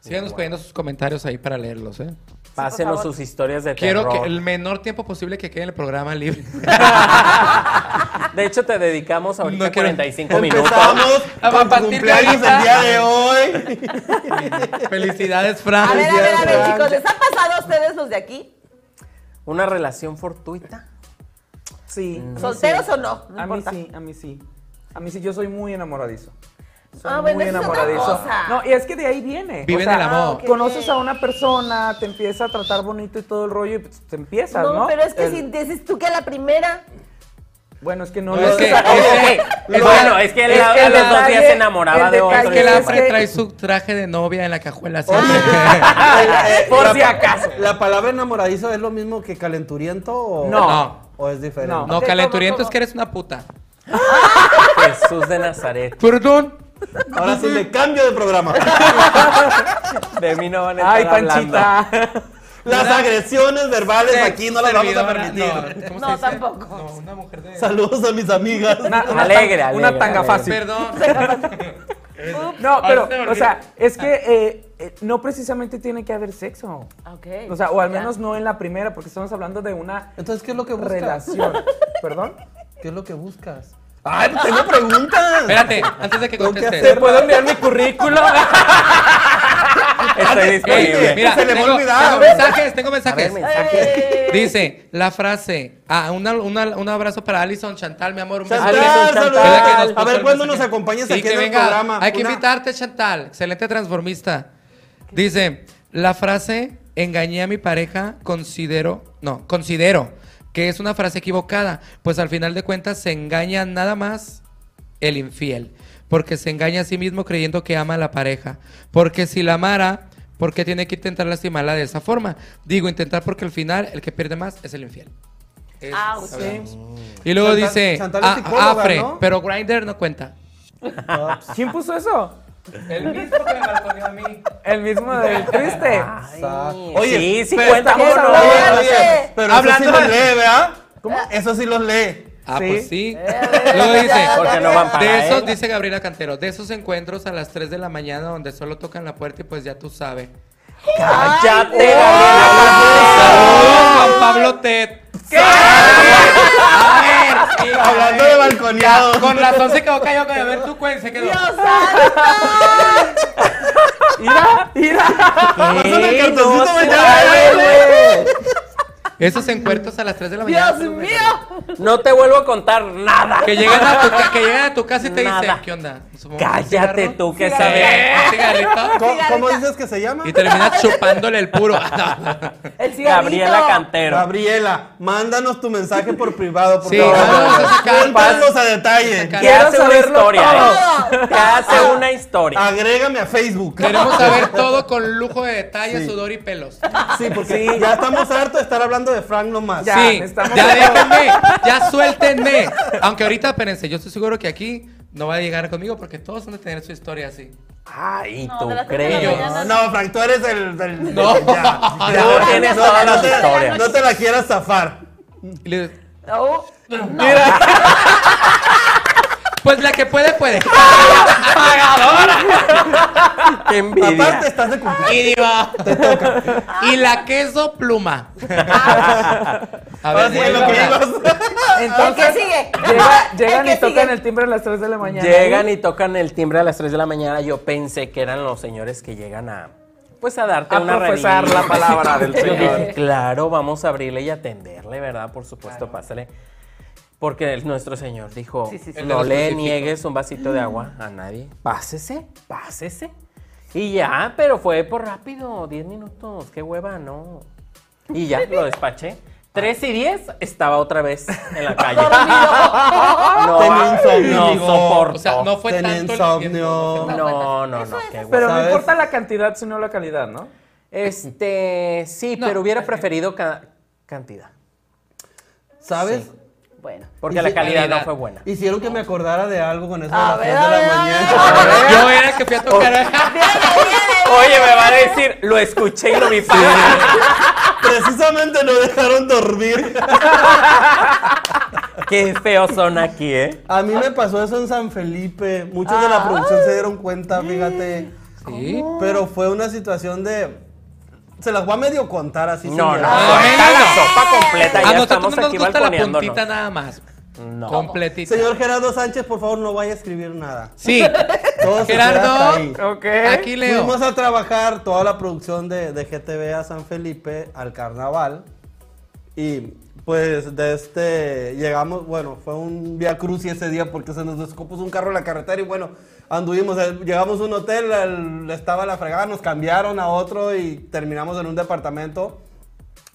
Speaker 4: Síganos poniendo sus comentarios ahí para leerlos, ¿eh?
Speaker 5: Pásenos
Speaker 7: favor.
Speaker 5: sus historias de
Speaker 4: Quiero que
Speaker 5: terror.
Speaker 4: el menor tiempo posible que quede en el programa libre.
Speaker 5: De hecho, te dedicamos ahorita
Speaker 4: No quiero-
Speaker 5: 45 minutos.
Speaker 6: Empezamos
Speaker 4: A
Speaker 6: con tu
Speaker 4: partir de
Speaker 6: cumpleaños
Speaker 4: ahorita.
Speaker 6: el día de hoy.
Speaker 4: Felicidades, Fran.
Speaker 7: A ver, a ver, a ver,
Speaker 6: Fran.
Speaker 7: chicos, ¿les ha pasado a ustedes los de aquí?
Speaker 5: Una relación fortuita.
Speaker 3: Sí. a mí
Speaker 7: ¿Solteros
Speaker 3: sí.
Speaker 7: o no? No
Speaker 3: a mí
Speaker 7: importa.
Speaker 3: sí, a mí sí. A mí sí, yo soy muy enamoradizo. Soy
Speaker 7: Ah, bueno,
Speaker 3: muy
Speaker 7: eso es otra
Speaker 3: enamoradizo.
Speaker 7: cosa.
Speaker 3: No, y es que de ahí viene.
Speaker 4: Vive
Speaker 3: O sea,
Speaker 4: del amor.
Speaker 7: Ah, ok.
Speaker 3: Conoces a una persona, te empieza a tratar bonito y todo el rollo y pues, te empiezas, ¿no?
Speaker 7: No, pero es que
Speaker 3: El-
Speaker 7: si dices tú que a la primera.
Speaker 3: Bueno, es que no
Speaker 4: No,
Speaker 3: lo
Speaker 4: es que-
Speaker 3: sé.
Speaker 4: es que-
Speaker 5: Es bueno, es que él a- a
Speaker 3: el
Speaker 5: los dos días
Speaker 3: detalle-
Speaker 5: se enamoraba
Speaker 3: el
Speaker 5: de otro.
Speaker 3: detalle
Speaker 4: Es que la
Speaker 3: es
Speaker 4: Afre
Speaker 3: que-
Speaker 4: trae su traje de novia en la cajuela
Speaker 7: Ah,
Speaker 4: siempre.
Speaker 6: Eh, eh,
Speaker 5: Por
Speaker 6: la
Speaker 5: si
Speaker 6: pa-
Speaker 5: acaso.
Speaker 6: ¿La palabra enamoradizo es lo mismo que calenturiento o,
Speaker 4: No.
Speaker 6: o es diferente?
Speaker 3: No.
Speaker 4: No,
Speaker 3: Ok,
Speaker 4: calenturiento
Speaker 3: ¿cómo,
Speaker 4: es que eres una puta.
Speaker 5: Jesús de Nazaret.
Speaker 4: Perdón.
Speaker 6: Ahora sí me cambio de programa.
Speaker 5: De mí no van a estar
Speaker 3: Ay,
Speaker 5: hablando.
Speaker 3: Panchita.
Speaker 6: Las agresiones verbales Pues aquí no las vamos a
Speaker 4: Servidora,
Speaker 6: permitir.
Speaker 4: no, ¿cómo
Speaker 7: No,
Speaker 4: se dice?
Speaker 7: tampoco.
Speaker 4: No, una mujer de...
Speaker 6: Saludos a mis amigas.
Speaker 3: Una, una
Speaker 5: Alegre,
Speaker 3: tan-
Speaker 5: alegre,
Speaker 3: Una tanga
Speaker 5: alegre.
Speaker 3: fácil.
Speaker 4: Perdón.
Speaker 3: No,
Speaker 4: Ay,
Speaker 3: pero,
Speaker 4: se me
Speaker 3: o sea,
Speaker 4: olvidó.
Speaker 3: es que eh, eh, no precisamente tiene que haber sexo.
Speaker 7: Ah, Ok.
Speaker 3: O sea, o al
Speaker 7: Ya.
Speaker 3: menos no en la primera, porque estamos hablando de una
Speaker 6: Entonces, ¿qué es lo que buscas?
Speaker 3: relación. ¿Perdón?
Speaker 6: ¿Qué es lo que buscas? ¡Ay, pues tengo preguntas!
Speaker 4: Espérate, antes de que
Speaker 6: Tengo que
Speaker 4: contestes.
Speaker 6: hacer-
Speaker 3: ¿Puedo enviar mi currículo?
Speaker 5: Estoy
Speaker 4: Ey,
Speaker 5: disponible.
Speaker 4: mira,
Speaker 6: Se le va a
Speaker 4: tengo,
Speaker 6: olvidar.
Speaker 4: tengo mensajes, tengo
Speaker 5: A ver,
Speaker 4: mensajes.
Speaker 5: mensaje.
Speaker 4: Dice la frase. Ah, una- una- un abrazo para Alison Chantal, mi amor. Un beso.
Speaker 6: Chantal,
Speaker 4: Alison
Speaker 6: saludos.
Speaker 4: Chantal, que nos
Speaker 6: A
Speaker 4: puso
Speaker 6: ver,
Speaker 4: el
Speaker 6: ¿cuándo
Speaker 4: mensaje.
Speaker 6: nos acompañas aquí
Speaker 4: que
Speaker 6: en el programa?
Speaker 4: Hay que
Speaker 6: Una-
Speaker 4: invitarte, Chantal. Excelente transformista. Dice la frase. Engañé a mi pareja. Considero. No, considero que es una frase equivocada. Pues al final de cuentas se engaña nada más el infiel. Porque se engaña a sí mismo creyendo que ama a la pareja. Porque si la amara, ¿por qué tiene que intentar lastimarla de esa forma? Digo, intentar porque al final el que pierde más es el infiel. Es-
Speaker 7: Ah, ok.
Speaker 4: sabemos. Y luego
Speaker 6: Chantal-
Speaker 4: dice,
Speaker 6: Chantal es
Speaker 4: "Ah,
Speaker 6: psicóloga,
Speaker 4: Afre,
Speaker 6: ¿no?
Speaker 4: pero Grinder no cuenta.
Speaker 3: ¿Quién puso eso?
Speaker 4: El mismo que me balconeó a mí.
Speaker 3: El mismo del triste.
Speaker 6: Oye,
Speaker 5: sí, sí
Speaker 6: pero-
Speaker 5: cuenta.
Speaker 3: estamos
Speaker 5: ¿cómo no?
Speaker 3: hablando-
Speaker 6: Oye, oye, pero
Speaker 4: Hablando
Speaker 6: eso sí
Speaker 4: de-
Speaker 6: los lee, ¿verdad? Eso sí los lee.
Speaker 4: Ah,
Speaker 3: Sí.
Speaker 4: pues sí. Luego dice,
Speaker 7: Eh, ya,
Speaker 5: Porque no van para
Speaker 4: de esos,
Speaker 5: él.
Speaker 4: dice Gabriela Cantero, de esos encuentros a las 3 de la mañana donde solo tocan la puerta y pues ya tú sabes.
Speaker 5: ¡Cállate,
Speaker 7: Ay,
Speaker 4: Saludos, Juan Pablo Ted. A ver, sí,
Speaker 6: Hablando de balconeados.
Speaker 4: Con razón se quedó callado con a ver tu cuen, se quedó.
Speaker 3: Mira, mira.
Speaker 6: Pásame el cartoncito
Speaker 5: No
Speaker 6: mañana,
Speaker 4: Esos encuentros a las 3 de la mañana.
Speaker 7: ¡Dios mío!
Speaker 5: No te vuelvo a contar nada.
Speaker 4: Que llegan a tu, ca- que llegan a tu casa y te dicen,
Speaker 5: Nada.
Speaker 4: ¿qué onda? ¿Nos fumamos un
Speaker 5: Cállate
Speaker 4: cigarro?
Speaker 5: tú, que
Speaker 4: ¿Eh?
Speaker 5: sabes.
Speaker 4: ¿Un cigarrito?
Speaker 6: ¿Cómo, cómo dices que se llama?
Speaker 4: Y terminas chupándole el puro.
Speaker 7: El cigarrito.
Speaker 5: Gabriela Cantero.
Speaker 6: Gabriela, mándanos tu mensaje por privado, por
Speaker 4: Sí,
Speaker 6: favor.
Speaker 4: vamos a sacar-
Speaker 6: Cuéntanos a detalle.
Speaker 4: sacar-
Speaker 5: Te
Speaker 4: Quiero
Speaker 5: hace una
Speaker 3: saberlo
Speaker 5: historia.
Speaker 7: todo.
Speaker 5: ¿eh? Te hace una
Speaker 1: Ah.
Speaker 5: historia.
Speaker 6: Agrégame a Facebook.
Speaker 4: Queremos saber todo con lujo de detalle,
Speaker 6: Sí.
Speaker 4: sudor y pelos.
Speaker 6: Sí, porque ya estamos hartos de estar hablando de Frank nomás.
Speaker 3: Ya,
Speaker 4: sí,
Speaker 3: estamos-
Speaker 4: ya déjenme, ya suéltenme. Aunque ahorita, espérense, yo estoy seguro que aquí no va a llegar conmigo porque todos van a tener su historia así.
Speaker 5: Ay,
Speaker 7: No,
Speaker 5: tú
Speaker 7: de las tres de la
Speaker 5: crees.
Speaker 7: mañana.
Speaker 6: No, no, Frank, tú eres el. del-
Speaker 4: No.
Speaker 6: del- ya. Ya,
Speaker 5: Tú tienes
Speaker 6: no,
Speaker 5: todas
Speaker 6: no
Speaker 5: las
Speaker 6: te-
Speaker 5: historias.
Speaker 6: No te la quieras zafar.
Speaker 4: Y le digo,
Speaker 7: Oh,
Speaker 4: pues la que puede, puede.
Speaker 5: Qué
Speaker 6: Aparte,
Speaker 5: envidia.
Speaker 6: estás de cumpleaños.
Speaker 4: Y digo, y la queso pluma. A
Speaker 6: Ahora sí,
Speaker 4: de ahí
Speaker 6: es lo
Speaker 4: va
Speaker 6: que
Speaker 4: a hablar.
Speaker 6: ibas.
Speaker 7: ¿El que
Speaker 3: Entonces,
Speaker 7: sigue?
Speaker 3: llega- llegan
Speaker 7: ¿El que
Speaker 3: y tocan
Speaker 7: sigue?
Speaker 3: el timbre a las 3 de la mañana.
Speaker 5: Llegan y tocan el timbre a las 3 de la mañana. Yo pensé que eran los señores que llegan a. Pues a darte
Speaker 3: A
Speaker 5: una
Speaker 3: profesar
Speaker 5: revista.
Speaker 3: la palabra del
Speaker 5: Yo
Speaker 3: Señor.
Speaker 5: dije, claro, vamos a abrirle y atenderle, ¿verdad? Por supuesto, pásale. Porque el- nuestro Señor dijo,
Speaker 7: Sí, sí, sí.
Speaker 4: El de
Speaker 5: no
Speaker 4: los
Speaker 5: le
Speaker 4: crucifijos.
Speaker 5: niegues un vasito de agua a nadie. Pásese, pásese. Y ya, pero fue por rápido, 10 minutos, qué hueva, no. Y ya, lo despaché. 3 y 10 estaba otra vez en la calle. no,
Speaker 6: Tenía insomnio,
Speaker 5: no
Speaker 6: digo.
Speaker 5: soporto.
Speaker 4: O sea, no fue
Speaker 6: Tenía
Speaker 4: tanto el
Speaker 6: insomnio.
Speaker 4: tiempo.
Speaker 5: No, no, no, qué
Speaker 3: Pero
Speaker 5: hueva.
Speaker 3: no
Speaker 6: ¿Sabes?
Speaker 3: importa la cantidad, sino la calidad, ¿no?
Speaker 5: Este, sí,
Speaker 4: No.
Speaker 5: pero hubiera preferido ca- cantidad.
Speaker 6: ¿Sabes?
Speaker 7: bueno.
Speaker 5: Porque la
Speaker 6: sí,
Speaker 5: calidad no
Speaker 4: calidad.
Speaker 5: fue buena.
Speaker 6: Hicieron que me acordara de algo con eso de
Speaker 7: A
Speaker 6: las
Speaker 7: ver,
Speaker 6: 3 de
Speaker 7: a ver,
Speaker 6: la
Speaker 7: a
Speaker 6: mañana.
Speaker 4: Yo era el que fui a tocar.
Speaker 5: Oye, me va a decir, lo escuché y lo vi para.
Speaker 6: Precisamente no dejaron dormir.
Speaker 5: Qué feos son aquí, ¿eh?
Speaker 6: A mí me pasó eso en San Felipe. Muchos de la producción se dieron cuenta, fíjate.
Speaker 4: Sí.
Speaker 6: Pero fue una situación de. Se las voy a medio contar así. sin
Speaker 5: No, no,
Speaker 6: llorar.
Speaker 4: Ah,
Speaker 5: está
Speaker 4: bueno.
Speaker 5: la sopa completa.
Speaker 4: A
Speaker 5: Ya
Speaker 4: nosotros
Speaker 5: estamos
Speaker 4: no nos
Speaker 5: aquí
Speaker 4: gusta la puntita
Speaker 5: balconeándonos.
Speaker 4: nada más.
Speaker 5: No.
Speaker 4: Completita.
Speaker 6: Señor Gerardo Sánchez, por favor, no vaya a escribir nada.
Speaker 4: Sí.
Speaker 6: Todo se queda hasta ahí.
Speaker 4: Gerardo,
Speaker 3: Ok.
Speaker 4: aquí Leo.
Speaker 6: Fuimos a trabajar toda la producción de, de GTV a San Felipe al carnaval. Y pues de este llegamos, bueno, fue un via cruz ese día porque se nos descompuso un carro en la carretera y bueno, anduvimos, eh, llegamos a un hotel, el- estaba la fregada, nos cambiaron a otro y terminamos en un departamento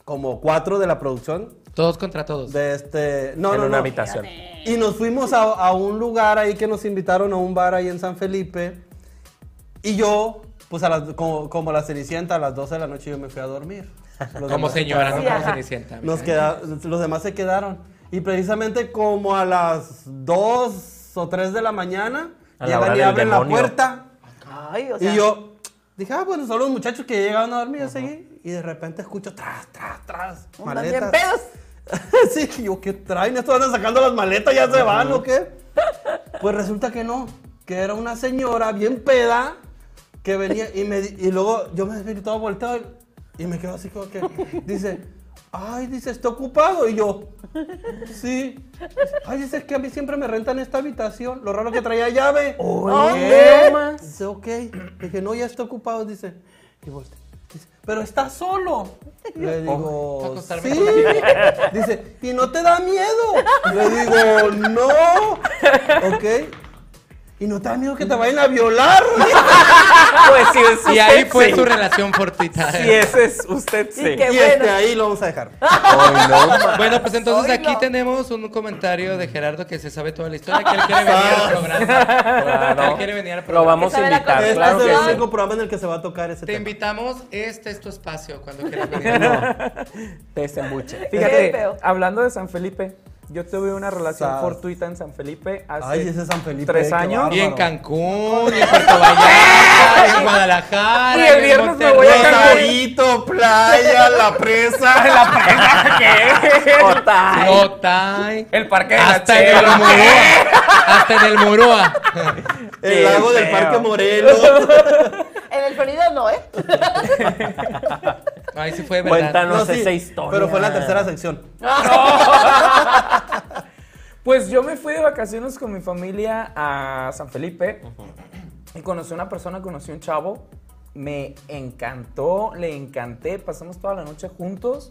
Speaker 6: como cuatro de la producción
Speaker 4: Todos contra todos.
Speaker 6: de este... No,
Speaker 5: en
Speaker 6: no,
Speaker 5: una
Speaker 6: no.
Speaker 5: habitación.
Speaker 6: Y nos fuimos a, a un lugar ahí que nos invitaron a un bar ahí en San Felipe. Y yo, pues a las- como, como la Cenicienta, a las 12 de la noche yo me fui a dormir. Los
Speaker 4: Como
Speaker 6: demás se
Speaker 4: señora, no
Speaker 6: quedaron.
Speaker 4: como
Speaker 7: ajá.
Speaker 4: cenicienta.
Speaker 6: Nos
Speaker 4: mira.
Speaker 6: queda- los demás se quedaron. Y precisamente como a las 2 o 3 de la mañana,
Speaker 5: A la hora
Speaker 6: llegan y
Speaker 5: del
Speaker 6: abren
Speaker 5: demonio.
Speaker 6: la puerta.
Speaker 7: Ay, o sea,
Speaker 6: y yo dije, ah, bueno, son los muchachos que llegaban a dormir, yo seguí. Y de repente escucho tras, tras, tras.
Speaker 7: andan bien
Speaker 6: Maletas.
Speaker 7: pedos.
Speaker 6: sí, y yo, ¿qué traen? ¿Estos andan sacando las maletas? ¿Ya se van o qué? Pues resulta que no. Que era una señora bien peda que venía y me di- y luego yo me desperté todo volteado y, y me quedo así como que dice, ay, dice, está ocupado. Y yo, sí. Ay, dice, es que a mí siempre me rentan esta habitación. Lo raro que traía llave. "Ah,
Speaker 7: Oye.
Speaker 6: ¿Qué? Dice, ok. Dije, no, ya está ocupado. Dice, y voltea. Dice, pero está solo. Le
Speaker 4: ¿puedo
Speaker 6: digo,
Speaker 4: acostarme
Speaker 6: sí.
Speaker 4: con
Speaker 6: Dice, ¿y no te da miedo? Le digo, no. Ok. ¿Y no te da miedo que te vayan a violar?
Speaker 5: Pues sí, es
Speaker 4: Y ahí
Speaker 5: usted,
Speaker 4: fue
Speaker 5: sí.
Speaker 4: su relación fortuita.
Speaker 5: Sí, ese es usted, sí.
Speaker 7: qué-
Speaker 6: y
Speaker 7: bueno.
Speaker 6: este ahí lo vamos a dejar.
Speaker 4: Bueno, pues entonces
Speaker 7: Oílo.
Speaker 4: aquí tenemos un comentario de Gerardo que se sabe toda la historia, que él quiere venir al programa. Que él quiere venir al
Speaker 5: Lo
Speaker 4: programa.
Speaker 5: vamos a
Speaker 7: Que sabe la
Speaker 5: invitar,
Speaker 6: este
Speaker 5: claro
Speaker 6: es
Speaker 5: que
Speaker 6: el
Speaker 5: sí.
Speaker 6: único programa en el que se va a tocar ese
Speaker 4: Te
Speaker 6: tema.
Speaker 4: invitamos, este es tu espacio cuando quieras venir.
Speaker 5: Desembuche.
Speaker 7: Qué
Speaker 3: Fíjate,
Speaker 7: feo.
Speaker 3: hablando de San Felipe, yo tuve una relación
Speaker 6: Sas.
Speaker 3: fortuita en San Felipe hace
Speaker 6: Ay, ese San Felipe,
Speaker 3: tres
Speaker 6: qué
Speaker 3: años.
Speaker 4: Y en
Speaker 6: Bárbaro.
Speaker 4: Cancún, y en Puerto Vallarta, y en Guadalajara.
Speaker 3: Y el
Speaker 4: en
Speaker 3: viernes me
Speaker 4: Monterrey.
Speaker 3: voy a Cancún.
Speaker 6: Rosarito, playa, la presa.
Speaker 5: Otay.
Speaker 4: Otay.
Speaker 3: El parque
Speaker 5: Ah.
Speaker 3: de la
Speaker 4: Hasta en el
Speaker 3: Chela.
Speaker 4: Muroa. Hasta en el Muroa.
Speaker 6: El lago del
Speaker 5: feo.
Speaker 6: Parque Morelos.
Speaker 7: En el Florido no, ¿eh?
Speaker 4: Ahí sí fue, ¿verdad?
Speaker 5: Cuéntanos
Speaker 6: sí,
Speaker 5: esa historia.
Speaker 6: Pero fue la tercera sección.
Speaker 3: Pues yo me fui de vacaciones con mi familia a San Felipe y conocí a una persona, conocí a un chavo, me encantó, le encanté, pasamos toda la noche juntos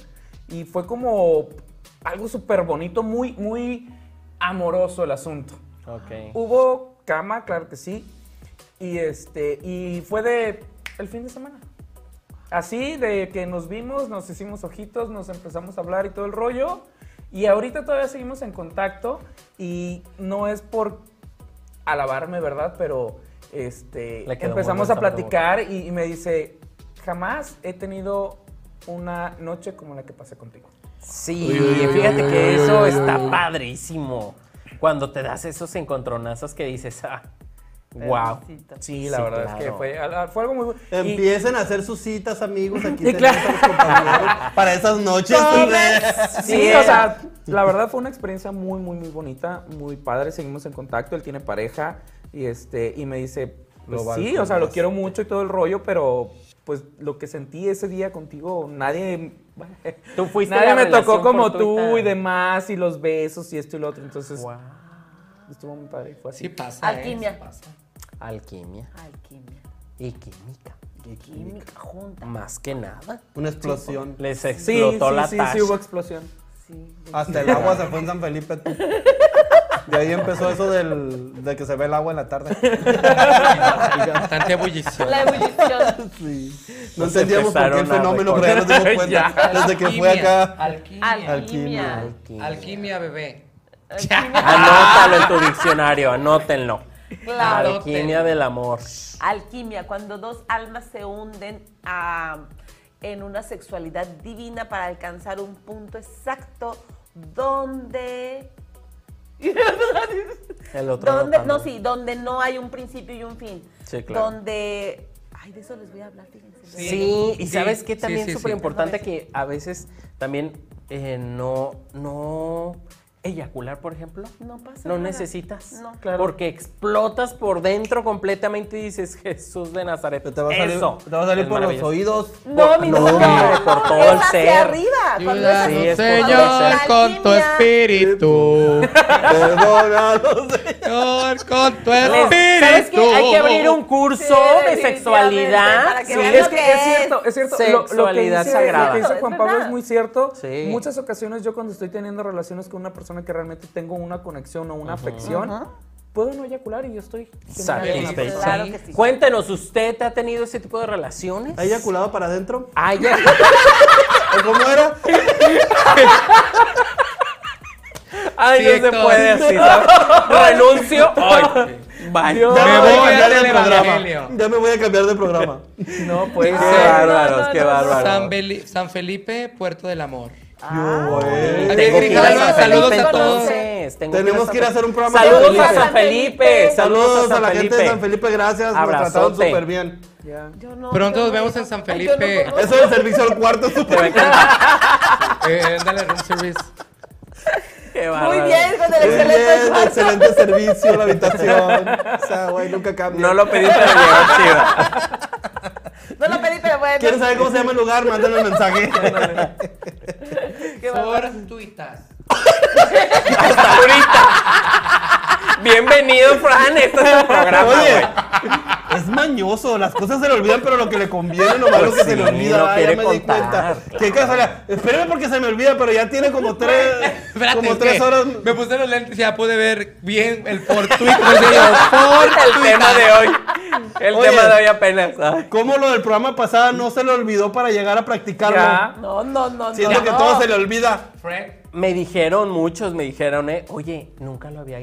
Speaker 3: y fue como algo súper bonito, muy, muy amoroso el asunto.
Speaker 5: Ok.
Speaker 3: Hubo cama, claro que sí, y este, y fue de el fin de semana. Así de que nos vimos, nos hicimos ojitos, nos empezamos a hablar y todo el rollo. Y ahorita todavía seguimos en contacto y no es por alabarme, ¿verdad? Pero este
Speaker 5: Le quedó muy
Speaker 3: empezamos
Speaker 5: buen
Speaker 3: a
Speaker 5: sabor de
Speaker 3: platicar y, y me dice, "Jamás he tenido una noche como la que pasé contigo."
Speaker 5: Sí, fíjate que eso está padrísimo. Cuando te das esos encontronazos que dices, ah, wow.
Speaker 7: Necesito.
Speaker 3: Sí, la verdad es que
Speaker 5: claro.
Speaker 3: fue, ala- fue algo muy bueno. Y-
Speaker 6: Empiecen a hacer sus citas, amigos. Aquí
Speaker 3: Y
Speaker 6: tenemos
Speaker 3: claro.
Speaker 6: a los compañeros para esas noches.
Speaker 3: Sí, o sea, la verdad fue una experiencia muy, muy, muy bonita, muy padre. Seguimos en contacto, él tiene pareja y este y me dice, pues
Speaker 6: Lo
Speaker 3: sí,
Speaker 6: valoras.
Speaker 3: o sea, lo quiero mucho y todo el rollo, pero pues lo que sentí ese día contigo, nadie,
Speaker 5: Tú fuiste
Speaker 3: nadie
Speaker 5: la
Speaker 3: me tocó
Speaker 5: relación
Speaker 3: como tú
Speaker 5: fortuita.
Speaker 3: y demás y los besos y esto y lo otro, entonces
Speaker 5: Wow.
Speaker 3: estuvo muy padre. Fue así.
Speaker 4: Sí pasa, ¿eh?
Speaker 7: Alquimia.
Speaker 4: Sí pasa.
Speaker 5: Alquimia
Speaker 7: Alquimia,
Speaker 5: y química.
Speaker 7: química junta.
Speaker 5: Más que nada.
Speaker 6: Una explosión.
Speaker 5: Les
Speaker 3: Sí,
Speaker 5: explotó
Speaker 3: sí,
Speaker 5: la
Speaker 3: sí,
Speaker 5: tacha.
Speaker 3: sí, hubo explosión.
Speaker 7: Sí.
Speaker 6: Hasta el agua se fue en San Felipe. tú. De ahí empezó eso del, de que se ve el agua en la tarde.
Speaker 4: Bastante ebullición.
Speaker 7: La ebullición.
Speaker 6: No
Speaker 5: Nos
Speaker 6: entendíamos por qué el
Speaker 5: empezaron a
Speaker 6: fenómeno, pero ya
Speaker 5: recordar.
Speaker 6: nos dimos cuenta. Desde que fue acá.
Speaker 4: Alquimia.
Speaker 6: Alquimia.
Speaker 7: Alquimia.
Speaker 4: Alquimia, bebé.
Speaker 7: Alquimia.
Speaker 5: Anótalo en tu diccionario, anótenlo.
Speaker 7: Claro.
Speaker 5: Alquimia del amor.
Speaker 7: Alquimia, cuando dos almas se hunden ah, en una sexualidad divina para alcanzar un punto exacto donde...
Speaker 5: El otro no
Speaker 7: donde, no,
Speaker 5: tanto.
Speaker 7: sí, donde no hay un principio y un fin.
Speaker 5: Sí, claro.
Speaker 7: Donde... Ay, de eso les voy a hablar, fíjense.
Speaker 4: Sí.
Speaker 5: Sí, y
Speaker 4: Sí,
Speaker 5: sabes que
Speaker 4: sí,
Speaker 5: también
Speaker 4: sí,
Speaker 5: es súper
Speaker 4: sí.
Speaker 5: importante que a veces también eh, no, no eyacular, por ejemplo.
Speaker 7: No pasa
Speaker 5: No
Speaker 7: nada.
Speaker 5: necesitas.
Speaker 7: No.
Speaker 5: Porque explotas por dentro completamente y dices, Jesús de Nazaret.
Speaker 6: Te va a salir,
Speaker 5: Eso.
Speaker 6: te va a salir
Speaker 5: es
Speaker 6: por los
Speaker 5: maravilloso.
Speaker 6: oídos.
Speaker 7: No, mi
Speaker 5: no,
Speaker 7: niño,
Speaker 5: hombre, por todo
Speaker 7: es
Speaker 5: el
Speaker 7: hacia
Speaker 5: ser.
Speaker 7: arriba. Cuando es
Speaker 5: Sí,
Speaker 7: hacia-
Speaker 5: es por todo el
Speaker 4: Señor,
Speaker 5: ser.
Speaker 4: con tu espíritu.
Speaker 6: Perdónanos.
Speaker 4: Señor, con tu
Speaker 5: Les- ¿Sabes qué?
Speaker 4: espíritu.
Speaker 5: Hay que abrir un
Speaker 7: Sí,
Speaker 5: curso de
Speaker 7: definitivamente,
Speaker 5: sexualidad.
Speaker 7: para que
Speaker 5: Sí.
Speaker 7: vean
Speaker 3: Es
Speaker 7: lo
Speaker 3: que
Speaker 7: que
Speaker 3: es
Speaker 7: es.
Speaker 3: cierto, es cierto. Lo- Lo, que
Speaker 5: Sexualidad
Speaker 3: dice,
Speaker 5: sagrada.
Speaker 3: lo que dice
Speaker 7: Es
Speaker 3: Juan
Speaker 7: verdad.
Speaker 3: Pablo es muy cierto.
Speaker 5: Sí.
Speaker 3: Muchas ocasiones yo cuando estoy teniendo relaciones con una persona que realmente tengo una conexión o una afección, puedo no eyacular y yo estoy...
Speaker 5: Satisfecho.
Speaker 4: Feliz.
Speaker 7: Claro que sí.
Speaker 5: Cuéntenos, ¿usted ha tenido ese tipo de relaciones?
Speaker 6: ¿Ha eyaculado para adentro?
Speaker 5: Ay, ya.
Speaker 1: ¿O ¿Cómo era?
Speaker 5: Ay,
Speaker 4: Sí, Héctor.
Speaker 5: así. ¿sabes? Renuncio hoy. Bye.
Speaker 3: Dios.
Speaker 1: Ya
Speaker 4: voy
Speaker 1: me
Speaker 4: a
Speaker 1: voy a cambiar
Speaker 4: hacer
Speaker 1: de
Speaker 4: el
Speaker 1: programa.
Speaker 4: evangelio.
Speaker 1: Ya me voy a cambiar de programa.
Speaker 3: No, pues.
Speaker 5: Qué
Speaker 7: no,
Speaker 5: bárbaros,
Speaker 7: no,
Speaker 5: qué
Speaker 7: no, no.
Speaker 4: San,
Speaker 5: bárbaros.
Speaker 4: Beli- San Felipe, Puerto del Amor. Ah,
Speaker 1: Yo, eh.
Speaker 5: Tengo
Speaker 4: Adiós,
Speaker 5: que ir a
Speaker 4: Grijalva,
Speaker 5: San
Speaker 4: saludos
Speaker 5: Felipe,
Speaker 4: a todos.
Speaker 5: entonces. Tengo
Speaker 1: Tenemos que ir a hacer un programa de
Speaker 5: Saludos a
Speaker 1: Felipe.
Speaker 5: San Felipe.
Speaker 1: Saludos a la gente de San Felipe, gracias. Nos trataron
Speaker 5: Abrazote.
Speaker 1: súper bien.
Speaker 7: Yo no,
Speaker 4: Pronto
Speaker 7: yo
Speaker 4: nos
Speaker 7: no,
Speaker 4: vemos
Speaker 7: yo
Speaker 4: en
Speaker 7: no.
Speaker 4: San
Speaker 7: Ay, yo no
Speaker 4: Felipe.
Speaker 7: conozco.
Speaker 1: Eso del servicio al cuarto es súper bien.
Speaker 4: Eh, ándale, room service.
Speaker 5: Qué
Speaker 7: Muy
Speaker 5: bárbaros.
Speaker 7: bien, con el
Speaker 1: Muy bien,
Speaker 7: excelente cuarto.
Speaker 1: excelente servicio, la habitación. O sea, güey, nunca cambia.
Speaker 5: No lo pediste, pero llegó chido.
Speaker 7: No lo pedí, pero bueno.
Speaker 1: ¿Quieres saber cómo se llama el lugar? Mándale un mensaje.
Speaker 7: Qué bárbaro.
Speaker 4: Fortuitas.
Speaker 5: Hasta ahorita. Bienvenido, Fran. Este es tu programa, güey.
Speaker 1: Oye, es mañoso, las cosas se le olvidan, pero lo que le conviene nomás
Speaker 5: Pues
Speaker 1: lo que
Speaker 5: sí,
Speaker 1: se le olvida,
Speaker 5: no
Speaker 1: ah,
Speaker 5: quiere
Speaker 1: ya me
Speaker 5: contar,
Speaker 1: di cuenta.
Speaker 5: claro.
Speaker 1: Qué casualidad. Espérame porque se me olvida, pero ya tiene como tres,
Speaker 4: Espérate,
Speaker 1: como
Speaker 4: es
Speaker 1: tres
Speaker 4: que
Speaker 5: Pues
Speaker 1: horas.
Speaker 4: Me puse los lentes y ya pude ver bien el fortuito. Pues, yo, fortuita.
Speaker 5: El tema de hoy. El
Speaker 1: Oye.
Speaker 5: tema de hoy apenas. Ay.
Speaker 1: ¿Cómo lo del programa pasado no se le olvidó para llegar a practicarlo?
Speaker 3: Ya.
Speaker 7: No, no, no,
Speaker 1: Siento
Speaker 7: no.
Speaker 1: que todo se le olvida.
Speaker 4: Fred,
Speaker 5: Me dijeron, muchos me dijeron, eh, oye, nunca lo había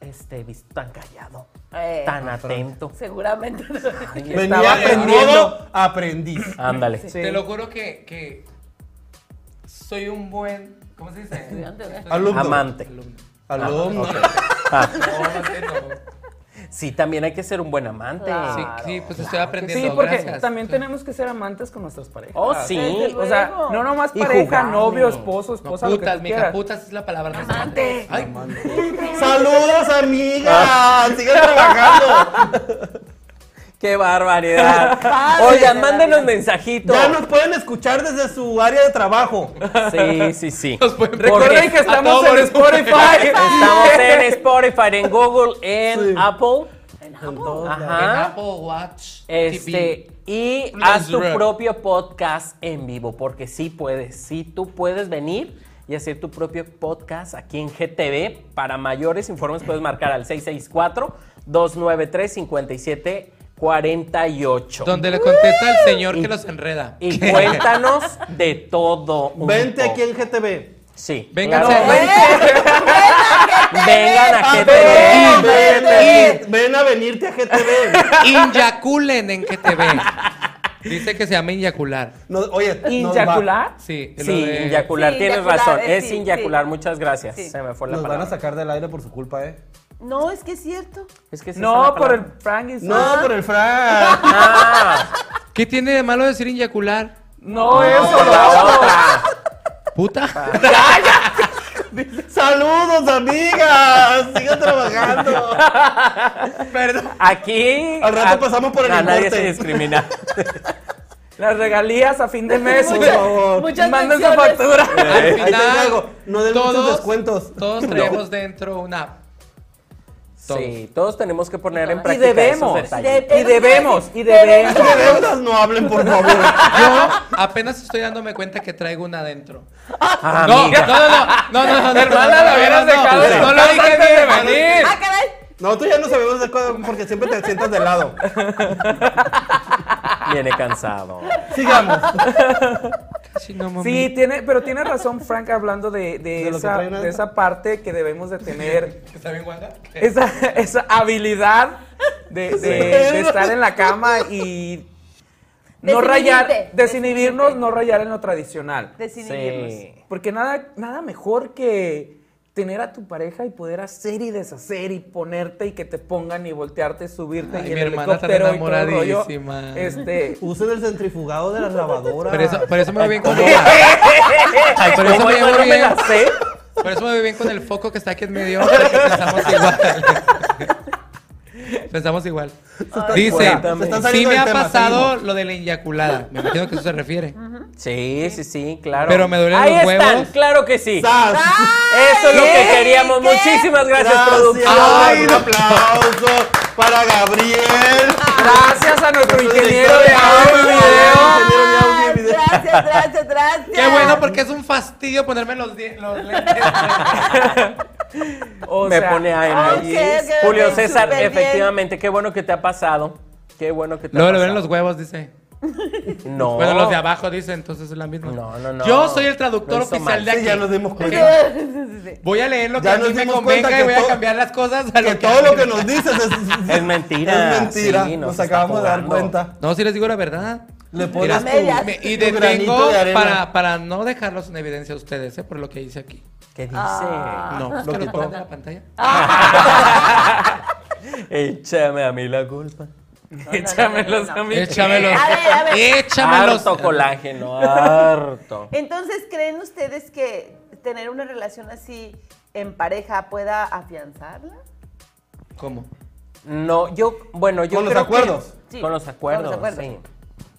Speaker 5: este, visto tan callado,
Speaker 7: Eh,
Speaker 5: tan atento.
Speaker 7: Seguramente.
Speaker 1: Venía en
Speaker 4: aprendiendo.
Speaker 1: modo aprendiz.
Speaker 5: Ándale.
Speaker 4: Te lo juro que, que soy un buen. ¿Cómo se dice?
Speaker 7: Estudiante, ¿verdad?
Speaker 1: Alumno.
Speaker 5: Amante.
Speaker 4: Alumno.
Speaker 1: Alumno.
Speaker 5: Ah,
Speaker 4: No, no sé, no.
Speaker 5: sí, también hay que ser un buen amante.
Speaker 7: Claro.
Speaker 4: Sí, sí, pues estoy aprendiendo.
Speaker 3: Sí, porque
Speaker 4: gracias.
Speaker 3: también tenemos que ser amantes con nuestras parejas.
Speaker 5: Oh, sí.
Speaker 7: Desde
Speaker 3: O sea,
Speaker 7: luego.
Speaker 3: no nomás
Speaker 5: Y
Speaker 3: pareja,
Speaker 5: jugarle.
Speaker 3: novio, esposo,
Speaker 4: No,
Speaker 3: esposa, lo que
Speaker 4: putas,
Speaker 3: tú
Speaker 4: mija,
Speaker 3: quieras.
Speaker 4: putas es la palabra.
Speaker 7: Amante.
Speaker 4: Ay,
Speaker 1: Saludos,
Speaker 5: Ah.
Speaker 1: amiga. Sigue trabajando.
Speaker 5: ¡Qué barbaridad!
Speaker 7: Padre de
Speaker 5: Oigan,
Speaker 7: la
Speaker 5: mándenos
Speaker 7: vida.
Speaker 5: mensajitos.
Speaker 1: Ya nos pueden escuchar desde su área de trabajo.
Speaker 5: Sí, sí, sí.
Speaker 4: Nos pueden
Speaker 5: Porque
Speaker 3: Recuerden que estamos en Spotify.
Speaker 5: Estamos en Spotify, en Google, en Apple.
Speaker 7: En ambos.
Speaker 4: en
Speaker 5: Ajá.
Speaker 4: Apple Watch.
Speaker 5: Este,
Speaker 4: TV.
Speaker 5: y
Speaker 4: Nice
Speaker 5: haz tu
Speaker 4: rap.
Speaker 5: propio podcast en vivo, porque sí puedes, sí tú puedes venir y hacer tu propio podcast aquí en GTV. Para mayores informes puedes marcar al 664-293-5748.
Speaker 4: Donde le contesta el señor
Speaker 5: Y-
Speaker 4: que los enreda.
Speaker 5: Y cuéntanos de todo. un
Speaker 1: Vente
Speaker 5: poco.
Speaker 1: aquí en GTV.
Speaker 5: Sí.
Speaker 4: Vénganse.
Speaker 5: claro.
Speaker 4: Ven-
Speaker 5: Vengan
Speaker 1: Ah,
Speaker 5: a
Speaker 1: Ven,
Speaker 5: GTV.
Speaker 1: ven,
Speaker 7: GTV.
Speaker 1: ven, ven a venirte a GTV.
Speaker 4: Inyaculen en que te ven. Dice que se llama inyacular.
Speaker 1: No, oye, nos, va-
Speaker 3: ¿Inyacular?
Speaker 4: Sí, lo
Speaker 5: Sí,
Speaker 4: de-
Speaker 5: inyacular,
Speaker 7: Sí,
Speaker 5: tienes
Speaker 7: inyacular,
Speaker 5: razón.
Speaker 7: eh,
Speaker 5: Es
Speaker 7: sí,
Speaker 5: inyacular,
Speaker 7: sí.
Speaker 5: muchas gracias.
Speaker 7: Sí.
Speaker 5: Se me fue la
Speaker 1: nos van a
Speaker 5: palabra.
Speaker 1: sacar del aire por su culpa, ¿eh?
Speaker 7: No, es que es cierto.
Speaker 5: Es que sí es
Speaker 3: No,
Speaker 5: una
Speaker 3: por
Speaker 5: palabra.
Speaker 3: el Frank y
Speaker 1: No,
Speaker 3: Sara.
Speaker 1: por el Fran.
Speaker 5: Ah,
Speaker 4: ¿Qué tiene de malo decir inyacular?
Speaker 3: No, eso,
Speaker 5: por la otra.
Speaker 4: Puta.
Speaker 1: Saludos, amigas. Sigue trabajando.
Speaker 4: Perdón.
Speaker 5: Aquí.
Speaker 1: Al rato
Speaker 5: a-
Speaker 1: pasamos por el
Speaker 5: a nadie
Speaker 1: importe.
Speaker 5: se discrimina.
Speaker 3: Las regalías a fin de mes.
Speaker 1: Por
Speaker 5: Oh,
Speaker 1: favor.
Speaker 7: Muchas
Speaker 3: Manden su
Speaker 7: menciones.
Speaker 3: factura.
Speaker 4: Al
Speaker 1: Ahí te
Speaker 4: final,
Speaker 1: hago. No den muchos descuentos.
Speaker 4: Todos traemos dentro una app.
Speaker 5: Sí, todos tenemos que poner en
Speaker 3: Y
Speaker 5: práctica esos
Speaker 3: debemos.
Speaker 5: detalles.
Speaker 3: Y debemos. Y debemos.
Speaker 1: De deudas no hablen, por favor.
Speaker 4: Yo apenas estoy dándome cuenta que traigo una adentro.
Speaker 5: Ah,
Speaker 4: No, no,
Speaker 5: amiga.
Speaker 4: no, no, no, no, no,
Speaker 3: Hermana, la hubieras dejado en
Speaker 4: No
Speaker 3: tu
Speaker 4: lo
Speaker 3: casa
Speaker 4: dije
Speaker 3: antes de
Speaker 4: bien.
Speaker 3: venir.
Speaker 7: Ah, caray.
Speaker 1: No, tú ya no sabemos de cosas porque siempre te sientas de lado.
Speaker 5: Viene cansado.
Speaker 1: Sigamos.
Speaker 4: Sí, no, mami.
Speaker 3: Sí, tiene, pero tiene razón Frank hablando de, de
Speaker 1: lo que
Speaker 3: esa,
Speaker 1: traen adentro.
Speaker 3: de esa parte que debemos de tener,
Speaker 4: ¿Está bien, Wanda?
Speaker 3: esa, esa habilidad de, de- de estar en la cama y no
Speaker 7: Desinhibirte,
Speaker 3: rayar, desinhibirnos,
Speaker 7: desinhibirte.
Speaker 3: no rayar en lo tradicional.
Speaker 7: Decidirnos.
Speaker 5: Sí.
Speaker 3: Porque nada, nada mejor que tener a tu pareja y poder hacer y deshacer y ponerte y que te pongan y voltearte, subirte
Speaker 4: Ay,
Speaker 3: y el
Speaker 4: mi hermana está
Speaker 3: helicóptero y todo el rollo.
Speaker 4: enamoradísima.
Speaker 3: Este,
Speaker 1: Usen el centrifugado de las lavadoras.
Speaker 4: Por eso, por eso me voy bien con
Speaker 5: Ay,
Speaker 4: Por eso
Speaker 5: ¿cómo
Speaker 4: me
Speaker 5: no,
Speaker 4: llevo
Speaker 5: no me
Speaker 4: bien.
Speaker 5: la sé?
Speaker 4: Por eso me voy bien con el foco que está aquí en medio. porque Pensamos igual. Pensamos igual. Dice,
Speaker 1: Se están
Speaker 4: sí
Speaker 1: saliendo
Speaker 4: me
Speaker 1: del
Speaker 4: ha
Speaker 1: tema,
Speaker 4: pasado
Speaker 1: seguimos.
Speaker 4: lo de la inyaculada. Me imagino que eso se refiere.
Speaker 5: Sí, sí, sí, claro.
Speaker 4: Pero me duelen
Speaker 5: Ahí
Speaker 4: los
Speaker 5: están,
Speaker 4: huevos.
Speaker 5: claro que sí.
Speaker 1: ¡Sas!
Speaker 5: Eso es lo que
Speaker 7: ¿Qué?
Speaker 5: queríamos.
Speaker 7: ¿Qué?
Speaker 5: Muchísimas gracias, producción.
Speaker 1: Ay, un aplauso para Gabriel.
Speaker 3: gracias a nuestro ingeniero de
Speaker 1: Director
Speaker 3: audio
Speaker 1: de
Speaker 3: y video.
Speaker 1: audio, ingeniero de audio y video.
Speaker 7: Gracias, gracias, gracias.
Speaker 4: Qué bueno, porque es un fastidio ponerme los, die- los lentes.
Speaker 3: O
Speaker 5: me
Speaker 3: sea,
Speaker 5: pone
Speaker 7: ah,
Speaker 5: a
Speaker 7: ok, ok,
Speaker 5: Julio
Speaker 7: ok,
Speaker 5: César,
Speaker 7: súper bien.
Speaker 5: efectivamente, qué bueno que te ha pasado. Qué bueno que te
Speaker 4: Luego
Speaker 5: ha
Speaker 4: le ven
Speaker 5: pasado.
Speaker 4: los huevos, dice.
Speaker 5: No.
Speaker 4: Bueno, los de abajo dicen, entonces es la misma.
Speaker 5: No, no, no.
Speaker 4: Yo soy el traductor
Speaker 5: Lo hizo
Speaker 4: oficial
Speaker 5: mal.
Speaker 4: de
Speaker 6: Sí,
Speaker 4: aquí.
Speaker 6: ya nos dimos
Speaker 4: ¿ok?
Speaker 6: cuenta.
Speaker 4: Voy a leer lo que
Speaker 6: Ya
Speaker 4: a mí
Speaker 6: nos
Speaker 4: me
Speaker 6: dimos cuenta
Speaker 4: convenga y
Speaker 6: que
Speaker 4: voy a
Speaker 6: todo-
Speaker 4: cambiar las cosas a lo
Speaker 6: Que
Speaker 4: que
Speaker 6: todo
Speaker 4: a mí
Speaker 6: lo
Speaker 4: me-
Speaker 6: que nos dices es,
Speaker 5: Es mentira,
Speaker 6: Es mentira.
Speaker 5: sí,
Speaker 6: nos,
Speaker 5: nos está
Speaker 6: acabamos de dar
Speaker 5: jugando.
Speaker 6: cuenta.
Speaker 4: No, si les digo la verdad.
Speaker 6: Le
Speaker 4: Mira,
Speaker 6: pones
Speaker 7: A medias.
Speaker 6: tu-
Speaker 4: me- y
Speaker 6: tu granito
Speaker 4: detengo
Speaker 6: de arena.
Speaker 4: para, para no dejarlos en evidencia a ustedes, ¿eh? Por lo que hice aquí.
Speaker 5: ¿Qué dice?
Speaker 4: No, pues
Speaker 6: Lo
Speaker 4: que lo
Speaker 6: quitó.
Speaker 4: pongan en la pantalla.
Speaker 6: Ah,
Speaker 5: Ah. Échame a mí la culpa.
Speaker 3: Échamelos a mí.
Speaker 4: Échamelos.
Speaker 7: A ver, a ver.
Speaker 4: Échamelos.
Speaker 5: Harto colágeno, harto.
Speaker 7: Entonces, ¿creen ustedes que tener una relación así en pareja pueda afianzarla?
Speaker 4: ¿Cómo?
Speaker 5: No, yo, bueno, yo
Speaker 6: Con los
Speaker 5: creo
Speaker 6: acuerdos.
Speaker 7: Sí,
Speaker 5: Que, con los acuerdos.
Speaker 7: con los acuerdos.
Speaker 5: sí.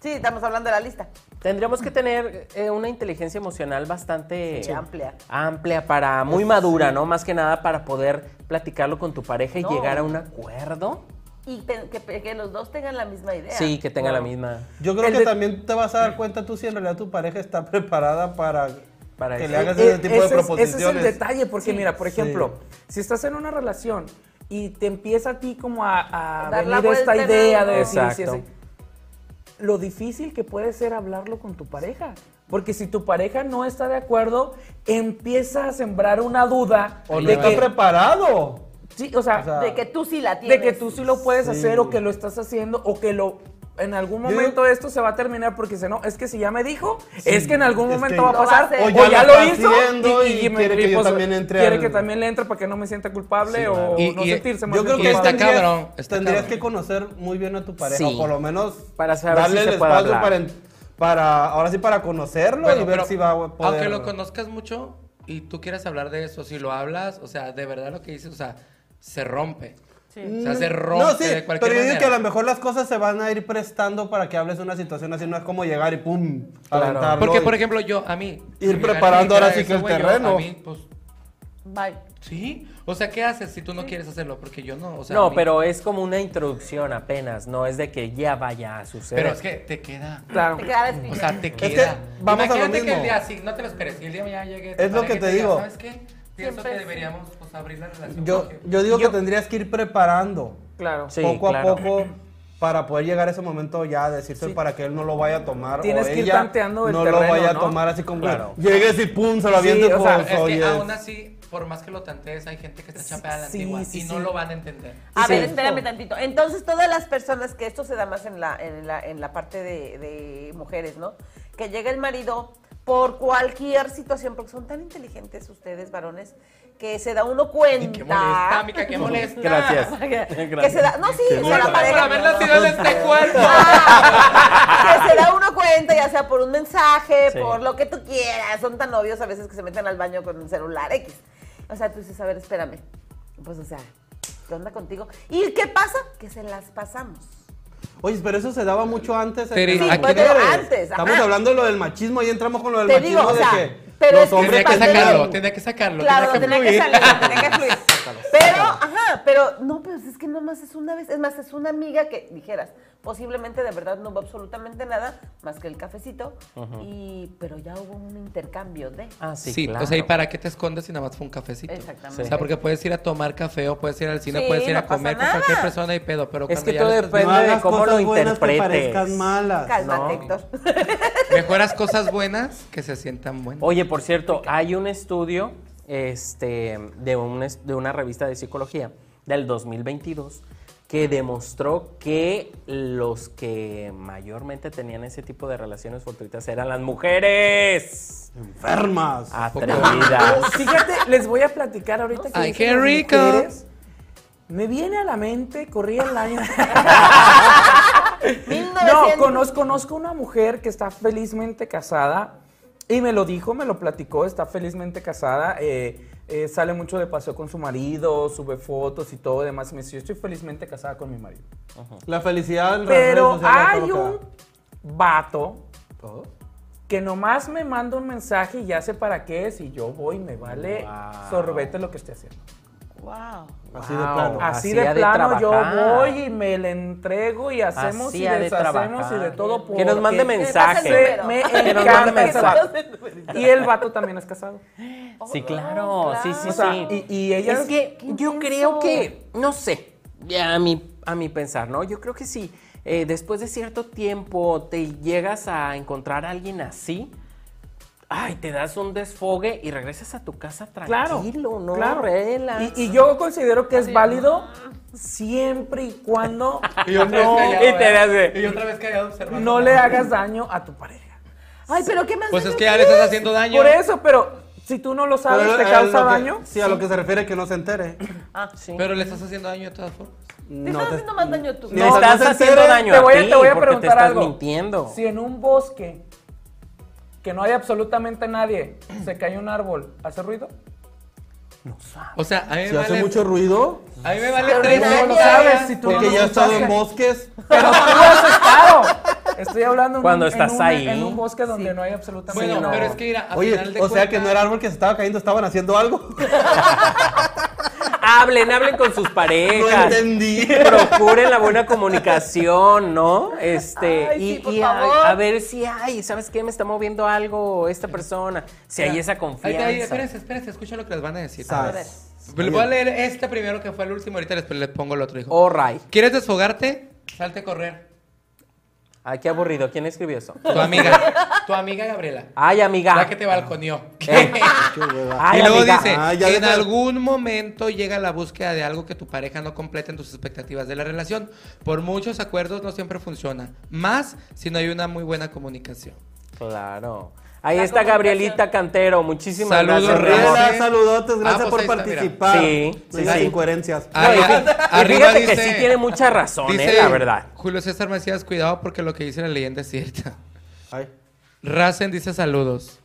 Speaker 7: Sí, estamos hablando de la lista.
Speaker 5: Tendríamos que tener eh, una inteligencia emocional bastante
Speaker 7: Sí, amplia.
Speaker 5: Amplia para muy madura, ¿no? Más que nada para poder platicarlo con tu pareja y
Speaker 7: No.
Speaker 5: llegar a un acuerdo.
Speaker 7: Y pe- que, pe- que los dos tengan la misma idea.
Speaker 5: Sí, que tenga la misma.
Speaker 6: Yo creo
Speaker 5: El
Speaker 6: que
Speaker 5: de-
Speaker 6: también te vas a dar cuenta tú si en realidad tu pareja está preparada para,
Speaker 5: Para
Speaker 6: que
Speaker 5: eso.
Speaker 6: le hagas
Speaker 3: Eh,
Speaker 6: ese tipo de
Speaker 3: ese es-
Speaker 6: proposiciones.
Speaker 3: Ese es el detalle, porque mira, por
Speaker 6: Sí.
Speaker 3: ejemplo, si estás en una relación y te empieza a ti como a, a
Speaker 7: Dar la
Speaker 3: venir esta
Speaker 7: vuelta,
Speaker 3: idea
Speaker 7: ¿no?
Speaker 3: de decir,
Speaker 5: Exacto.
Speaker 3: si es- lo difícil que puede ser hablarlo con tu pareja. Porque si tu pareja no está de acuerdo, empieza a sembrar una duda
Speaker 6: O no
Speaker 3: de
Speaker 6: está
Speaker 3: que,
Speaker 6: preparado.
Speaker 3: sí, o sea,
Speaker 6: O sea,
Speaker 7: De que tú sí la tienes.
Speaker 3: de que tú sí lo puedes
Speaker 6: Sí.
Speaker 3: hacer o que lo estás haciendo o que lo en algún
Speaker 6: Yo digo-
Speaker 3: momento esto se va a terminar porque dice no es que si ya me dijo es que en algún
Speaker 6: es que
Speaker 3: momento va a
Speaker 7: lo va a
Speaker 3: pasar
Speaker 7: hacer.
Speaker 3: o
Speaker 7: O
Speaker 3: ya,
Speaker 6: ya lo
Speaker 3: lo
Speaker 6: está
Speaker 3: hizo
Speaker 6: haciendo y quiere que yo también entre
Speaker 3: quiere
Speaker 6: al-
Speaker 3: que también le entre para que no me sienta culpable
Speaker 6: Sí,
Speaker 3: o
Speaker 6: claro.
Speaker 4: Y-
Speaker 3: no
Speaker 4: y-
Speaker 3: sentirse más
Speaker 6: Yo creo que
Speaker 4: está
Speaker 3: culpable.
Speaker 6: tendrías-
Speaker 4: cabrón, está
Speaker 6: tendrías
Speaker 4: cabrón.
Speaker 6: que conocer muy bien a tu pareja,
Speaker 5: Sí.
Speaker 6: o por lo menos
Speaker 5: Para saber
Speaker 6: darle
Speaker 5: si
Speaker 6: el
Speaker 5: se puede
Speaker 6: espacio
Speaker 5: hablar.
Speaker 6: para, en- para, ahora sí, para conocerlo
Speaker 4: Bueno,
Speaker 6: y ver
Speaker 4: pero
Speaker 6: si va a poder.
Speaker 4: Aunque lo conozcas mucho y tú quieras hablar de eso, si lo hablas, o sea, de verdad lo que dices, o sea, se rompe. O sea, se rompe
Speaker 6: Mm, No, sí,
Speaker 4: de cualquier
Speaker 6: pero yo digo
Speaker 4: manera.
Speaker 6: que a lo mejor las cosas se van a ir prestando para que hables de una situación así, no es como llegar y pum,
Speaker 5: Claro.
Speaker 6: aventarlo
Speaker 4: Porque,
Speaker 6: y-
Speaker 4: por ejemplo, yo, a mí. si
Speaker 6: Ir
Speaker 4: me gana
Speaker 6: preparando
Speaker 4: mi cara
Speaker 6: ahora sí
Speaker 4: ese
Speaker 6: que el
Speaker 4: güey, yo,
Speaker 6: terreno.
Speaker 4: a mí, pues,
Speaker 7: Bye.
Speaker 4: sí. O sea, ¿qué haces si tú no quieres hacerlo? Porque yo no. O sea, a
Speaker 5: No,
Speaker 4: mí-
Speaker 5: pero es como una introducción apenas, no es de que ya vaya a suceder.
Speaker 4: Pero es que te queda.
Speaker 3: Claro.
Speaker 7: Te queda la
Speaker 4: O
Speaker 7: espinita.
Speaker 4: sea, te queda.
Speaker 6: vamos a lo
Speaker 4: Imagínate que
Speaker 6: mismo.
Speaker 4: el día así, no te lo esperes. Y el día de mañana llegue. tu
Speaker 6: Es lo
Speaker 4: pareja
Speaker 6: que
Speaker 4: y
Speaker 6: te
Speaker 4: diga,
Speaker 6: digo.
Speaker 4: ¿Sabes qué? Pienso
Speaker 7: Siempre
Speaker 4: que
Speaker 7: es-
Speaker 4: deberíamos pues, abrir la relación.
Speaker 6: yo,
Speaker 4: porque-
Speaker 6: yo digo que tendrías que ir preparando
Speaker 3: claro
Speaker 5: Sí,
Speaker 6: poco
Speaker 5: claro.
Speaker 6: a poco para poder llegar a ese momento ya decirse para que él no lo vaya a tomar.
Speaker 3: Tienes
Speaker 6: o
Speaker 3: que ir
Speaker 6: ella
Speaker 3: tanteando el
Speaker 6: No lo
Speaker 3: terreno,
Speaker 6: vaya
Speaker 3: ¿no?
Speaker 6: a tomar así como
Speaker 5: Claro.
Speaker 6: que llegues y pum, se lo
Speaker 3: Sí,
Speaker 6: avientes
Speaker 3: o sea,
Speaker 6: por
Speaker 4: Es que
Speaker 6: oyes.
Speaker 4: aún así, por más que lo tantees, hay gente que está chapeada a la
Speaker 3: Sí,
Speaker 4: antigua
Speaker 3: sí,
Speaker 4: y no
Speaker 3: sí.
Speaker 4: lo van a entender.
Speaker 7: A
Speaker 3: Sí.
Speaker 7: ver, espérame tantito. Entonces, todas las personas, que esto se da más en la, en la, en la parte de, de mujeres, ¿no? Que llega el marido por cualquier situación, porque son tan inteligentes ustedes, varones, que se da uno cuenta.
Speaker 4: Y qué molesta, mica, qué molesta.
Speaker 5: Gracias.
Speaker 7: Que se da, no, sí,
Speaker 5: Qué
Speaker 7: o sea,
Speaker 4: Solo
Speaker 7: la
Speaker 4: para
Speaker 7: pareja.
Speaker 4: ver la ciudad de este cuerpo.
Speaker 7: Ah, que se da uno cuenta, ya sea por un mensaje,
Speaker 5: Sí.
Speaker 7: por lo que tú quieras. Son tan obvios a veces que se meten al baño con un celular X. O sea, tú dices, a ver, espérame. Pues, o sea, ¿qué onda contigo? ¿Y qué pasa? Que se las pasamos.
Speaker 6: Oye, pero eso se daba mucho antes. en-
Speaker 4: Pero
Speaker 6: en
Speaker 4: sí,
Speaker 6: las
Speaker 4: pues,
Speaker 6: mujeres.
Speaker 7: pero antes, ajá.
Speaker 6: Estamos hablando de lo del machismo y entramos con lo del
Speaker 7: Te
Speaker 6: machismo
Speaker 7: digo, o
Speaker 6: de
Speaker 7: sea,
Speaker 6: que
Speaker 7: pero es
Speaker 6: los
Speaker 7: que
Speaker 6: hombres
Speaker 4: Tendría que
Speaker 7: Parte de-
Speaker 4: sacarlo, tendría que sacarlo.
Speaker 7: claro, no
Speaker 4: tendría
Speaker 7: tenía
Speaker 4: que
Speaker 7: que
Speaker 4: fluir.
Speaker 7: salir, tenía que fluir. Pero, ajá, pero no, pues es que nomás es una vez. Es más, es una amiga que dijeras, posiblemente de verdad no hubo absolutamente nada más que el cafecito. y, pero ya hubo un intercambio de.
Speaker 5: Ah, sí,
Speaker 4: Sí,
Speaker 5: claro.
Speaker 4: o sea, ¿y para qué te escondes si nada más fue un cafecito?
Speaker 7: Exactamente.
Speaker 4: O sea, porque puedes ir a tomar café o puedes ir al cine,
Speaker 7: Sí,
Speaker 4: puedes ir
Speaker 7: no
Speaker 4: a comer
Speaker 7: pasa
Speaker 4: con cualquier
Speaker 7: nada.
Speaker 4: persona y pedo, pero
Speaker 5: Es
Speaker 4: cuando
Speaker 5: que
Speaker 4: ya
Speaker 5: todo
Speaker 4: lo
Speaker 5: depende.
Speaker 4: estás-
Speaker 6: no
Speaker 5: de
Speaker 6: hagas
Speaker 5: cómo
Speaker 6: cosas
Speaker 5: lo
Speaker 6: buenas que
Speaker 5: interpretes.
Speaker 6: parezcan malas.
Speaker 7: Cálmate,
Speaker 5: No.
Speaker 7: Héctor.
Speaker 4: Mejoras cosas buenas que se sientan buenas.
Speaker 5: Oye, por cierto, hay un estudio este, de, un es- de una revista de psicología del 2022 que demostró que los que mayormente tenían ese tipo de relaciones fortuitas eran las mujeres
Speaker 6: Enfermas.
Speaker 5: Ah, atrevidas.
Speaker 3: Fíjate, les voy a platicar ahorita que
Speaker 4: Ay,
Speaker 3: dicen
Speaker 4: qué
Speaker 3: las
Speaker 4: rico.
Speaker 3: mujeres. Me viene a la mente, corrí el año.
Speaker 7: 1900.
Speaker 3: No, conozco, conozco una mujer que está felizmente casada y me lo dijo, me lo platicó, está felizmente casada, eh, eh, sale mucho de paseo con su marido, sube fotos y todo demás. Y me dice, yo estoy felizmente casada con mi marido.
Speaker 6: La felicidad en las
Speaker 3: Pero
Speaker 6: redes sociales,
Speaker 3: hay
Speaker 6: todo lo
Speaker 3: un
Speaker 6: que da.
Speaker 3: vato
Speaker 6: ¿Todo?
Speaker 3: que nomás me manda un mensaje y ya sé para qué es y yo voy, me vale sorbete lo que esté haciendo.
Speaker 7: Wow.
Speaker 6: Así de plano.
Speaker 3: Así,
Speaker 5: Así
Speaker 3: de
Speaker 5: ha de
Speaker 3: plano yo
Speaker 5: trabajar.
Speaker 3: voy y me le entrego y hacemos
Speaker 5: Así
Speaker 3: y
Speaker 5: ha de
Speaker 3: deshacemos y
Speaker 5: trabajar.
Speaker 3: de todo
Speaker 5: Que nos mande
Speaker 3: porque
Speaker 5: mensaje. Que
Speaker 3: Me
Speaker 5: nos mande
Speaker 3: encanta ese
Speaker 5: mensaje.
Speaker 3: vato. Y el vato también es casado.
Speaker 5: Sí, claro, sí, sí,
Speaker 3: O sea,
Speaker 5: sí.
Speaker 3: y- y ellas-
Speaker 5: Es que
Speaker 7: Qué
Speaker 5: yo
Speaker 7: intenso.
Speaker 5: creo que, no sé, ya a mi, a mi pensar, ¿no? Yo creo que sí. eh, después de cierto tiempo te llegas a encontrar a alguien así, ay, te das un desfogue y regresas a tu casa
Speaker 3: Claro.
Speaker 5: tranquilo, ¿no?
Speaker 3: claro.
Speaker 5: Relax.
Speaker 3: Y, y yo considero que es válido siempre y cuando
Speaker 4: Y otra
Speaker 3: no,
Speaker 4: vez
Speaker 5: y
Speaker 4: callado,
Speaker 5: te
Speaker 4: ¿eh?
Speaker 5: hace-
Speaker 4: Y otra vez callado observando.
Speaker 3: no le hagas daño a tu pareja.
Speaker 7: Ay, pero ¿qué más?
Speaker 4: Pues es
Speaker 7: daño
Speaker 4: que ya le estás haciendo daño.
Speaker 3: Por eso, pero si tú no lo sabes,
Speaker 6: Pero
Speaker 3: ¿te
Speaker 6: a
Speaker 3: causa
Speaker 6: lo que-
Speaker 3: daño?
Speaker 6: Sí, a lo que se refiere que no se entere.
Speaker 5: Ah, sí.
Speaker 4: Pero le estás haciendo daño de todas formas.
Speaker 7: Te estás haciendo más daño
Speaker 6: No,
Speaker 7: tú.
Speaker 5: Te
Speaker 6: no
Speaker 5: estás
Speaker 6: se
Speaker 5: haciendo
Speaker 6: entere,
Speaker 5: daño
Speaker 3: te voy
Speaker 5: a
Speaker 3: a-
Speaker 5: ti
Speaker 3: te voy a
Speaker 5: porque te
Speaker 3: preguntar
Speaker 5: estás
Speaker 3: algo.
Speaker 5: mintiendo.
Speaker 3: Si en un bosque que no hay absolutamente nadie, se cae un árbol, ¿hace ruido?
Speaker 4: O sea, a mí me
Speaker 6: Si hace
Speaker 4: vale.
Speaker 6: mucho ruido,
Speaker 4: A mí me vale
Speaker 7: Pero
Speaker 4: tres.
Speaker 7: nadie.
Speaker 4: ¿Cómo lo
Speaker 3: sabes si tú
Speaker 6: porque
Speaker 3: no
Speaker 6: ya he
Speaker 3: lo
Speaker 6: estado en
Speaker 3: sabes?
Speaker 6: bosques.
Speaker 3: Pero tú has estado. Estoy hablando en
Speaker 5: Cuando
Speaker 3: un- en
Speaker 5: estás
Speaker 3: una-
Speaker 5: ahí.
Speaker 3: en un bosque donde no hay absolutamente
Speaker 4: Bueno,
Speaker 3: nada.
Speaker 4: pero es que mira, a
Speaker 6: Oye,
Speaker 4: final de
Speaker 6: o sea que no era
Speaker 4: cuentas-
Speaker 6: árbol que se estaba cayendo, estaban haciendo algo.
Speaker 5: Hablen, hablen con sus
Speaker 6: No
Speaker 5: parejas.
Speaker 6: entendí.
Speaker 5: Procuren la buena comunicación, ¿no? Este,
Speaker 7: Ay,
Speaker 5: y,
Speaker 7: sí, por
Speaker 5: y a,
Speaker 7: favor.
Speaker 5: a ver si hay, ¿sabes qué? Me está moviendo algo esta persona. Si hay esa
Speaker 4: Ahí
Speaker 5: confianza.
Speaker 4: está, ahí, espérense, espérense, escucha lo que les van a decir.
Speaker 6: Sas.
Speaker 4: Le voy a leer este primero que fue el último, ahorita les, les pongo el otro, hijo.
Speaker 5: All right.
Speaker 4: ¿Quieres desfogarte? Salte a correr.
Speaker 5: Ay, qué aburrido. ¿Quién escribió eso?
Speaker 4: Tu amiga. tu amiga Gabriela.
Speaker 5: Ay, amiga.
Speaker 4: La que te balconeó.
Speaker 5: Eh. Ay,
Speaker 4: y luego
Speaker 5: amiga.
Speaker 4: dice,
Speaker 6: Ah, ya
Speaker 4: en
Speaker 6: deja-
Speaker 4: algún momento llega la búsqueda de algo que tu pareja no completa en tus expectativas de la relación. Por muchos acuerdos no siempre funciona. Más si no hay una muy buena comunicación.
Speaker 5: Claro. Ahí
Speaker 7: La
Speaker 5: está
Speaker 7: comunicación.
Speaker 5: Gabriela Cantero. Muchísimas
Speaker 4: Saludos,
Speaker 5: gracias.
Speaker 4: Real.
Speaker 5: Real.
Speaker 6: Hola, saludotes, gracias
Speaker 4: Ah, pues ahí
Speaker 6: por
Speaker 4: está, mira.
Speaker 6: participar.
Speaker 5: Sí,
Speaker 6: No
Speaker 5: sí,
Speaker 6: digas
Speaker 5: sí.
Speaker 6: incoherencias.
Speaker 4: Ah, Arriba- arriba
Speaker 5: fíjate que
Speaker 4: dice-
Speaker 5: sí tiene mucha razón, eh,
Speaker 4: Dice
Speaker 5: la verdad.
Speaker 4: Julio César Macías, cuidado porque lo que dice la leyenda es cierta.
Speaker 6: Ay.
Speaker 4: Razen dice saludos.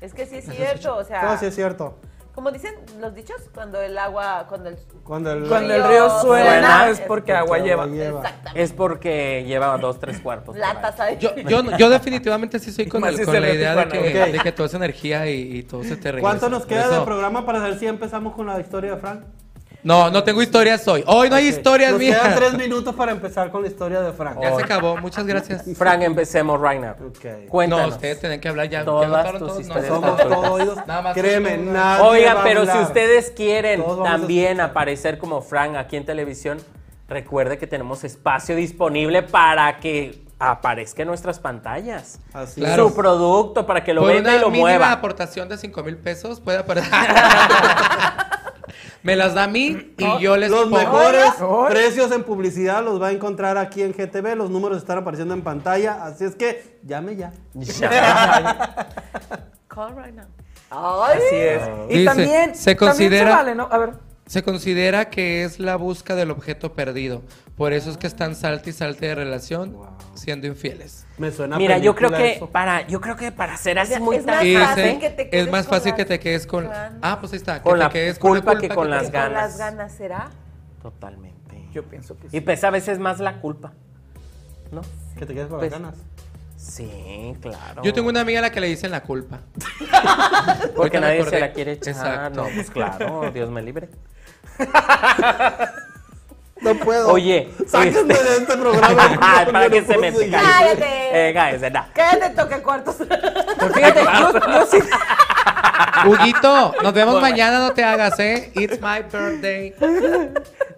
Speaker 7: Es que sí es cierto, o sea.
Speaker 6: No, sí es cierto.
Speaker 7: Como dicen los dichos, cuando el agua, cuando el...
Speaker 6: Cuando el,
Speaker 3: Cuando el río
Speaker 7: Dios,
Speaker 3: suena,
Speaker 5: suena,
Speaker 3: es porque agua lleva.
Speaker 7: Exactamente.
Speaker 5: Es porque lleva dos, tres cuartos. por
Speaker 7: La
Speaker 5: ahí.
Speaker 7: taza de...
Speaker 4: Yo, yo, yo definitivamente sí soy con,
Speaker 3: Más
Speaker 4: el-
Speaker 3: si
Speaker 4: con
Speaker 3: se
Speaker 4: la
Speaker 3: ve
Speaker 4: idea de que,
Speaker 3: Tijuana,
Speaker 6: ok.
Speaker 4: de que todo es energía y, y todo se te regresa.
Speaker 6: ¿Cuánto nos
Speaker 4: Por
Speaker 6: queda de
Speaker 4: eso-
Speaker 6: programa para ver si empezamos con la historia de Frank?
Speaker 4: No, no tengo historias hoy. Hoy no hay historias,
Speaker 6: Nos
Speaker 4: mija.
Speaker 6: quedan tres minutos para empezar con la historia de Frank.
Speaker 4: Ya se acabó, muchas gracias.
Speaker 5: Frank, empecemos right now.
Speaker 6: Ok.
Speaker 5: Cuéntanos.
Speaker 4: No, ustedes tienen que hablar ya.
Speaker 5: Todas
Speaker 4: ya votaron
Speaker 5: tus
Speaker 4: todos, no,
Speaker 5: historias.
Speaker 4: no,
Speaker 6: Somos
Speaker 4: no.
Speaker 6: todos oídos.
Speaker 4: Nada más
Speaker 6: Créeme,
Speaker 4: tú, tú,
Speaker 6: nadie
Speaker 5: Oigan,
Speaker 6: Ah, va a
Speaker 5: pero si
Speaker 6: hablar.
Speaker 5: ustedes quieren
Speaker 6: Todos vamos a
Speaker 5: también aparecer como Frank aquí en televisión, recuerde que tenemos espacio disponible para que aparezca en nuestras pantallas.
Speaker 6: Así
Speaker 4: Claro.
Speaker 5: Su producto, para que lo
Speaker 4: Por
Speaker 5: venda
Speaker 4: una
Speaker 5: y lo
Speaker 4: mínima
Speaker 5: mueva.
Speaker 4: aportación de 5 mil pesos puede aparecer. Me las da a mí y yo les
Speaker 6: Los
Speaker 4: pongo.
Speaker 6: mejores
Speaker 3: Hola.
Speaker 6: precios en publicidad los va a encontrar aquí en GTV. Los números están apareciendo en pantalla. Así es que llame ya.
Speaker 5: Ya.
Speaker 7: Call right now. Ay,
Speaker 3: Así es. Y
Speaker 4: Dice,
Speaker 3: también
Speaker 4: se
Speaker 3: también
Speaker 4: considera-
Speaker 3: se vale, ¿no? A ver.
Speaker 4: Se considera que es la busca del objeto perdido. Por eso es que están salte y salte de relación siendo infieles.
Speaker 6: Me suena a
Speaker 5: Mira, yo creo
Speaker 6: película
Speaker 5: que
Speaker 6: eso.
Speaker 5: para, yo creo que para ser así
Speaker 7: Es
Speaker 5: muy
Speaker 7: más
Speaker 5: tan
Speaker 4: Y
Speaker 7: fácil
Speaker 5: fácil,
Speaker 4: dice,
Speaker 7: que te
Speaker 4: es
Speaker 7: quedes
Speaker 4: más
Speaker 7: con
Speaker 4: fácil
Speaker 7: las
Speaker 4: que te quedes con...
Speaker 7: ganas.
Speaker 4: Ah, pues ahí está.
Speaker 5: Con
Speaker 4: que
Speaker 5: la
Speaker 4: te quedes con la
Speaker 5: culpa que con
Speaker 4: te
Speaker 5: las
Speaker 4: quedes-
Speaker 7: con
Speaker 5: ganas.
Speaker 7: las ganas, ¿será?
Speaker 5: Totalmente.
Speaker 3: Yo pienso que sí.
Speaker 5: Y pesa a veces más la culpa. ¿No?
Speaker 6: Que te quedes con
Speaker 5: Pues-
Speaker 6: las ganas.
Speaker 5: Sí, claro.
Speaker 4: Yo tengo una amiga a la que le dicen la culpa.
Speaker 5: Porque
Speaker 4: Ahorita me
Speaker 5: nadie se
Speaker 4: acordé.
Speaker 5: la quiere echar.
Speaker 4: Exacto.
Speaker 5: No, pues claro, Dios me libre.
Speaker 6: No puedo.
Speaker 5: Oye,
Speaker 6: Sáquenme
Speaker 5: este-
Speaker 6: de este programa.
Speaker 5: Ay, para
Speaker 6: Yo
Speaker 5: que
Speaker 6: no
Speaker 5: se me
Speaker 6: puedo seguir.
Speaker 7: Cállate.
Speaker 5: Eh, cállese, no.
Speaker 7: Cállate, toca cuartos.
Speaker 3: Fíjate, yo, yo sí.
Speaker 4: Huguito, nos vemos mañana, no te hagas, ¿eh? It's my birthday.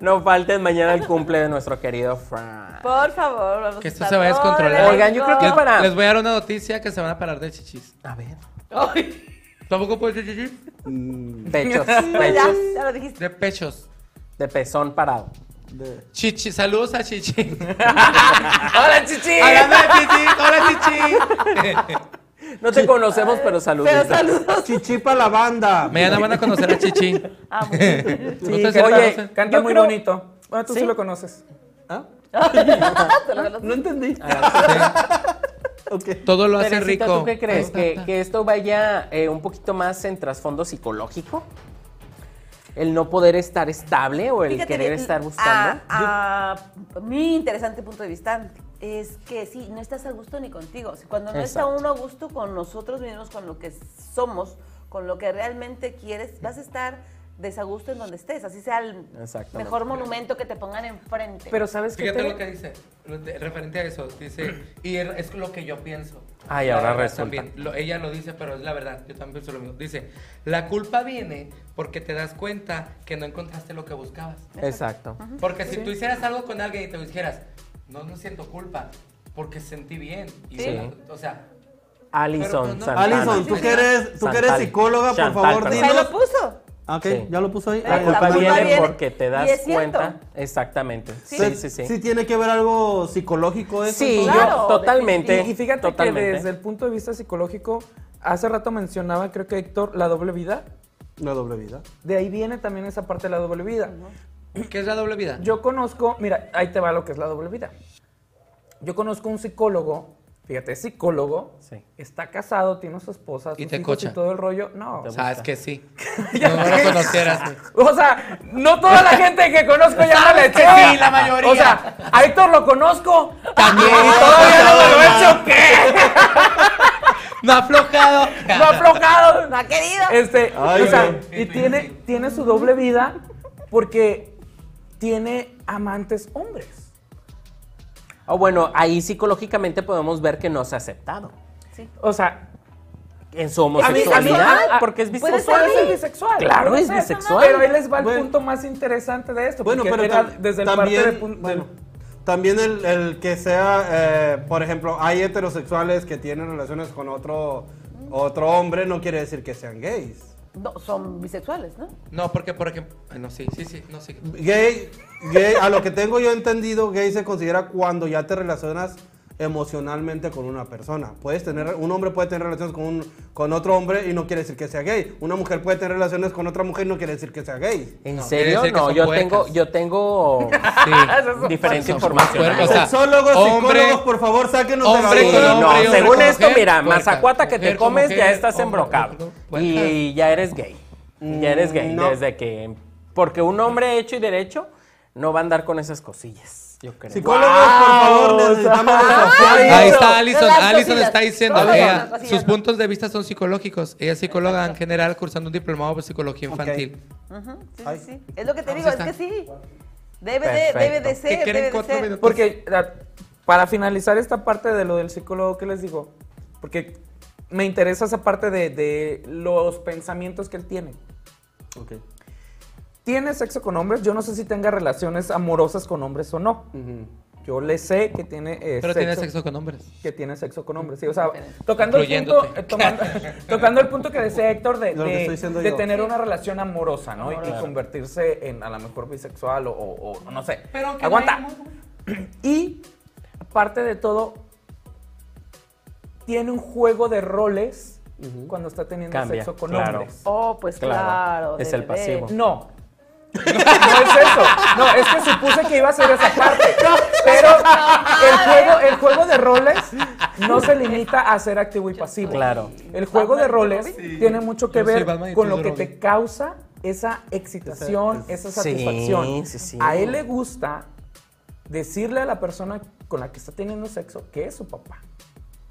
Speaker 5: No falten mañana el cumple de nuestro querido Frank.
Speaker 7: Por favor, vamos
Speaker 4: Que
Speaker 7: a
Speaker 4: esto
Speaker 7: estar
Speaker 4: se va a
Speaker 7: todo el
Speaker 4: descontrolar.
Speaker 5: Oigan, yo creo que
Speaker 7: elenco.
Speaker 5: para-
Speaker 4: Les voy a dar una noticia que se van a parar de chichis.
Speaker 5: A ver.
Speaker 7: Ay,
Speaker 4: ¿Tampoco puedes decir chichis?
Speaker 5: Pechos,
Speaker 7: ya,
Speaker 5: pechos.
Speaker 7: ya lo dijiste.
Speaker 4: De pechos.
Speaker 5: De pezón parado.
Speaker 6: De-
Speaker 4: Chichi, saludos a Chichi.
Speaker 5: ¡Hola, chichi!
Speaker 4: Hablando de Chichi, hola Chichi.
Speaker 5: No te conocemos, pero saludos.
Speaker 7: Pero saludos.
Speaker 6: Chichipa la banda.
Speaker 4: Mañana van a conocer a Chichi.
Speaker 7: Ah, muy bien.
Speaker 4: No sé si
Speaker 3: canta-
Speaker 4: la
Speaker 5: oye,
Speaker 4: conocen.
Speaker 3: canta
Speaker 5: yo
Speaker 3: muy
Speaker 5: creo-
Speaker 3: bonito. Bueno, tú sí,
Speaker 5: ¿Sí?
Speaker 3: lo conoces.
Speaker 6: ¿Ah?
Speaker 7: Te lo-
Speaker 6: No entendí. Ok.
Speaker 4: todo lo hace
Speaker 5: Teresita,
Speaker 4: Ah, rico.
Speaker 5: ¿tú qué crees?
Speaker 4: Ahí
Speaker 5: ¿Que,
Speaker 4: está.
Speaker 5: que esto vaya eh, un poquito más en trasfondo psicológico? ¿El no poder estar estable o el
Speaker 7: Fíjate
Speaker 5: querer
Speaker 7: que, ah,
Speaker 5: estar buscando?
Speaker 7: A, a mi interesante punto de vista es que sí, no estás a gusto ni contigo. O sea, cuando no
Speaker 5: Exacto.
Speaker 7: está uno a gusto con nosotros mismos, con lo que somos, con lo que realmente quieres, vas a estar desagusto en donde estés. Así sea el
Speaker 5: Exactamente.
Speaker 7: mejor monumento que te pongan enfrente.
Speaker 3: Pero ¿sabes qué?
Speaker 4: Fíjate
Speaker 3: Tere?
Speaker 4: lo que dice, lo de- referente a eso, dice, y er- es lo que yo pienso.
Speaker 5: Ay,
Speaker 4: La
Speaker 5: ahora
Speaker 4: verdad
Speaker 5: resulta.
Speaker 4: también, lo- ella lo dice, pero es la verdad, yo también pienso lo mismo. Dice, la culpa viene porque te das cuenta que no encontraste lo que buscabas.
Speaker 5: Exacto.
Speaker 4: Porque si tú hicieras algo con alguien y te dijeras, no, no siento culpa porque sentí bien. Y
Speaker 7: Sí.
Speaker 4: O sea,
Speaker 5: Alison
Speaker 4: Pero, pero no-
Speaker 5: Santana.
Speaker 6: Alison, tú
Speaker 4: Sí.
Speaker 6: que eres, tú que eres
Speaker 5: Chantal.
Speaker 6: psicóloga, por
Speaker 5: Chantal,
Speaker 6: favor,
Speaker 5: perdón.
Speaker 7: Se
Speaker 6: dinos.
Speaker 7: Pues lo puso.
Speaker 6: Ah, Ok,
Speaker 5: Sí.
Speaker 6: ya lo puso ahí.
Speaker 7: La
Speaker 6: Ah,
Speaker 5: La
Speaker 7: Pero
Speaker 5: culpa
Speaker 7: la
Speaker 6: perdón.
Speaker 7: culpa
Speaker 5: viene
Speaker 7: viene-
Speaker 5: porque te
Speaker 7: y
Speaker 5: das
Speaker 7: es cierto.
Speaker 5: cuenta. Exactamente. Sí, sí, sí. Sí,
Speaker 6: Sí tiene que ver algo psicológico eso.
Speaker 5: yo
Speaker 6: entonces.
Speaker 7: Claro,
Speaker 5: totalmente.
Speaker 7: definitivamente.
Speaker 3: Y, y fíjate
Speaker 5: totalmente.
Speaker 3: que desde el punto de vista psicológico, hace rato mencionaba, creo que Héctor, la doble vida.
Speaker 6: La doble vida.
Speaker 3: De ahí viene también esa parte de la doble vida.
Speaker 4: ¿qué es la doble vida?
Speaker 3: Yo conozco, mira, ahí te va lo que es la doble vida. Yo conozco un psicólogo, fíjate, psicólogo,
Speaker 5: Sí.
Speaker 3: está casado, tiene a su esposa,
Speaker 4: Y
Speaker 3: sus
Speaker 4: te
Speaker 3: hijos
Speaker 4: cocha.
Speaker 3: y todo el rollo. No.
Speaker 5: Te
Speaker 3: O sea,
Speaker 4: Sabes Ah, que sí.
Speaker 3: Ya
Speaker 4: No, no
Speaker 3: sé.
Speaker 4: lo conocieras. güey.
Speaker 3: O sea, no toda la gente que conozco ya me la
Speaker 4: que
Speaker 3: echó.
Speaker 4: sí, la mayoría.
Speaker 3: O sea, a Héctor lo conozco.
Speaker 4: También.
Speaker 3: Y todavía no me lo he hecho, ¿qué?
Speaker 4: No ha aflojado.
Speaker 3: No ha aflojado.
Speaker 7: No ha querido.
Speaker 3: Este,
Speaker 6: Ay,
Speaker 3: o sea,
Speaker 6: güey.
Speaker 3: y tiene, tiene su doble vida porque tiene amantes hombres.
Speaker 5: O bueno, ahí psicológicamente podemos ver que no se ha aceptado.
Speaker 3: O sea,
Speaker 5: En su
Speaker 3: a mí- a mí-
Speaker 5: homosexualidad,
Speaker 3: a- a-
Speaker 5: porque es
Speaker 7: puede
Speaker 5: bisexual.
Speaker 7: ser
Speaker 3: puede ser
Speaker 7: bi.
Speaker 3: bisexual.
Speaker 5: Claro,
Speaker 3: puede
Speaker 5: es
Speaker 3: ser.
Speaker 5: bisexual.
Speaker 3: Pero ahí les va el
Speaker 6: Bueno.
Speaker 3: punto más interesante de esto.
Speaker 6: Bueno,
Speaker 3: porque
Speaker 6: pero
Speaker 3: era
Speaker 6: tam-
Speaker 3: desde el
Speaker 6: también,
Speaker 3: parte de pun-
Speaker 6: bueno,
Speaker 3: del-
Speaker 6: también el, el que sea, eh, por ejemplo, hay heterosexuales que tienen relaciones con otro, otro hombre, no quiere decir que sean gays.
Speaker 7: No, son bisexuales, ¿no?
Speaker 4: No, porque, por ejemplo. ay, No, sí, sí, sí. No, sí.
Speaker 6: Gay, gay, a lo que tengo yo entendido, gay se considera cuando ya te relacionas emocionalmente con una persona. Puedes tener, un hombre puede tener relaciones con, un- con otro hombre y no quiere decir que sea gay. Una mujer puede tener relaciones con otra mujer y no quiere decir que sea gay.
Speaker 5: ¿En
Speaker 4: No, quiere
Speaker 5: serio?
Speaker 4: decir que
Speaker 5: No,
Speaker 4: son
Speaker 5: yo
Speaker 4: puercas.
Speaker 5: tengo, yo tengo
Speaker 4: Sí.
Speaker 5: diferente
Speaker 4: Son
Speaker 5: información.
Speaker 4: puercas,
Speaker 5: ahí.
Speaker 4: o sea,
Speaker 6: Sexólogos,
Speaker 4: hombre-
Speaker 6: psicólogos, por favor, sáquenos
Speaker 4: hombre con
Speaker 6: de la duda.
Speaker 5: Sí,
Speaker 4: hombre,
Speaker 5: no,
Speaker 4: hombre
Speaker 5: según
Speaker 4: con
Speaker 5: esto,
Speaker 4: mujer,
Speaker 5: mira,
Speaker 4: puerca.
Speaker 5: mazacuata que
Speaker 4: Mujer
Speaker 5: te
Speaker 4: con
Speaker 5: comes, ya
Speaker 4: mujer,
Speaker 5: estás
Speaker 4: hombre con
Speaker 5: embrocado.
Speaker 4: puerca.
Speaker 5: Y ya eres gay. Ya eres gay.
Speaker 6: Mm, no.
Speaker 5: Desde que. Porque un hombre hecho y derecho no va a andar con esas cosillas. Yo creo.
Speaker 6: Psicólogos, por favor, necesitamos desafiar.
Speaker 4: Ahí
Speaker 7: Eso,
Speaker 4: está Alison.
Speaker 7: las
Speaker 4: Alison
Speaker 7: cosillas.
Speaker 4: está diciendo
Speaker 7: Todas
Speaker 4: que
Speaker 7: las
Speaker 4: ella-
Speaker 7: cosillas,
Speaker 4: sus
Speaker 7: ¿no?
Speaker 4: puntos de vista son psicológicos. Ella es psicóloga en general, cursando un diplomado de psicología
Speaker 6: Ok.
Speaker 4: infantil.
Speaker 7: Ujú, sí,
Speaker 6: Ay.
Speaker 7: sí, sí. Es lo que te
Speaker 4: Vamos
Speaker 7: digo,
Speaker 4: a
Speaker 7: es que
Speaker 4: estar.
Speaker 7: sí. Debe de, debe de
Speaker 5: Ah, Perfecto.
Speaker 7: ser.
Speaker 4: ¿Qué quieren
Speaker 7: debe de
Speaker 4: cuatro
Speaker 7: ser.
Speaker 4: minutos?
Speaker 3: Porque la- para finalizar esta parte de lo del psicólogo, ¿qué les digo? Porque me interesa esa parte de, de los pensamientos que él tiene.
Speaker 6: Ok.
Speaker 3: Tiene sexo con hombres, yo no sé si tenga relaciones amorosas con hombres o no.
Speaker 6: Ujú.
Speaker 3: Yo le sé que tiene, eh,
Speaker 4: Pero tiene sexo con hombres.
Speaker 3: que tiene sexo con hombres. Sí, o sea, tocando el, punto,
Speaker 4: Incluyéndote.
Speaker 3: eh, tomando- tocando el punto que decía Héctor de,
Speaker 6: Lo que
Speaker 3: de-
Speaker 6: estoy diciendo
Speaker 3: de
Speaker 6: yo.
Speaker 3: tener una relación amorosa, ¿no? Y- Y, convertirse en a lo mejor bisexual o, o- o no sé.
Speaker 4: Pero que
Speaker 3: Aguanta.
Speaker 4: no hay
Speaker 3: y aparte de todo, tiene un juego de roles cuando está teniendo
Speaker 5: Cambia,
Speaker 3: sexo con
Speaker 5: claro.
Speaker 3: hombres.
Speaker 7: Oh, pues
Speaker 5: Claro,
Speaker 7: claro.
Speaker 5: es
Speaker 7: debe
Speaker 5: el pasivo.
Speaker 7: de.
Speaker 3: No. No es eso. No, es que supuse que iba a ser esa parte. Pero el juego, el juego de roles no se limita a ser activo y pasivo.
Speaker 5: Claro.
Speaker 3: El juego de roles tiene mucho que
Speaker 4: Yo soy
Speaker 3: ver
Speaker 4: Batman y
Speaker 3: con
Speaker 4: tú
Speaker 3: lo que
Speaker 4: Robin.
Speaker 3: te causa esa excitación, esa
Speaker 5: Sí,
Speaker 3: satisfacción.
Speaker 5: sí, sí.
Speaker 3: A él le gusta decirle a la persona con la que está teniendo sexo que es su papá.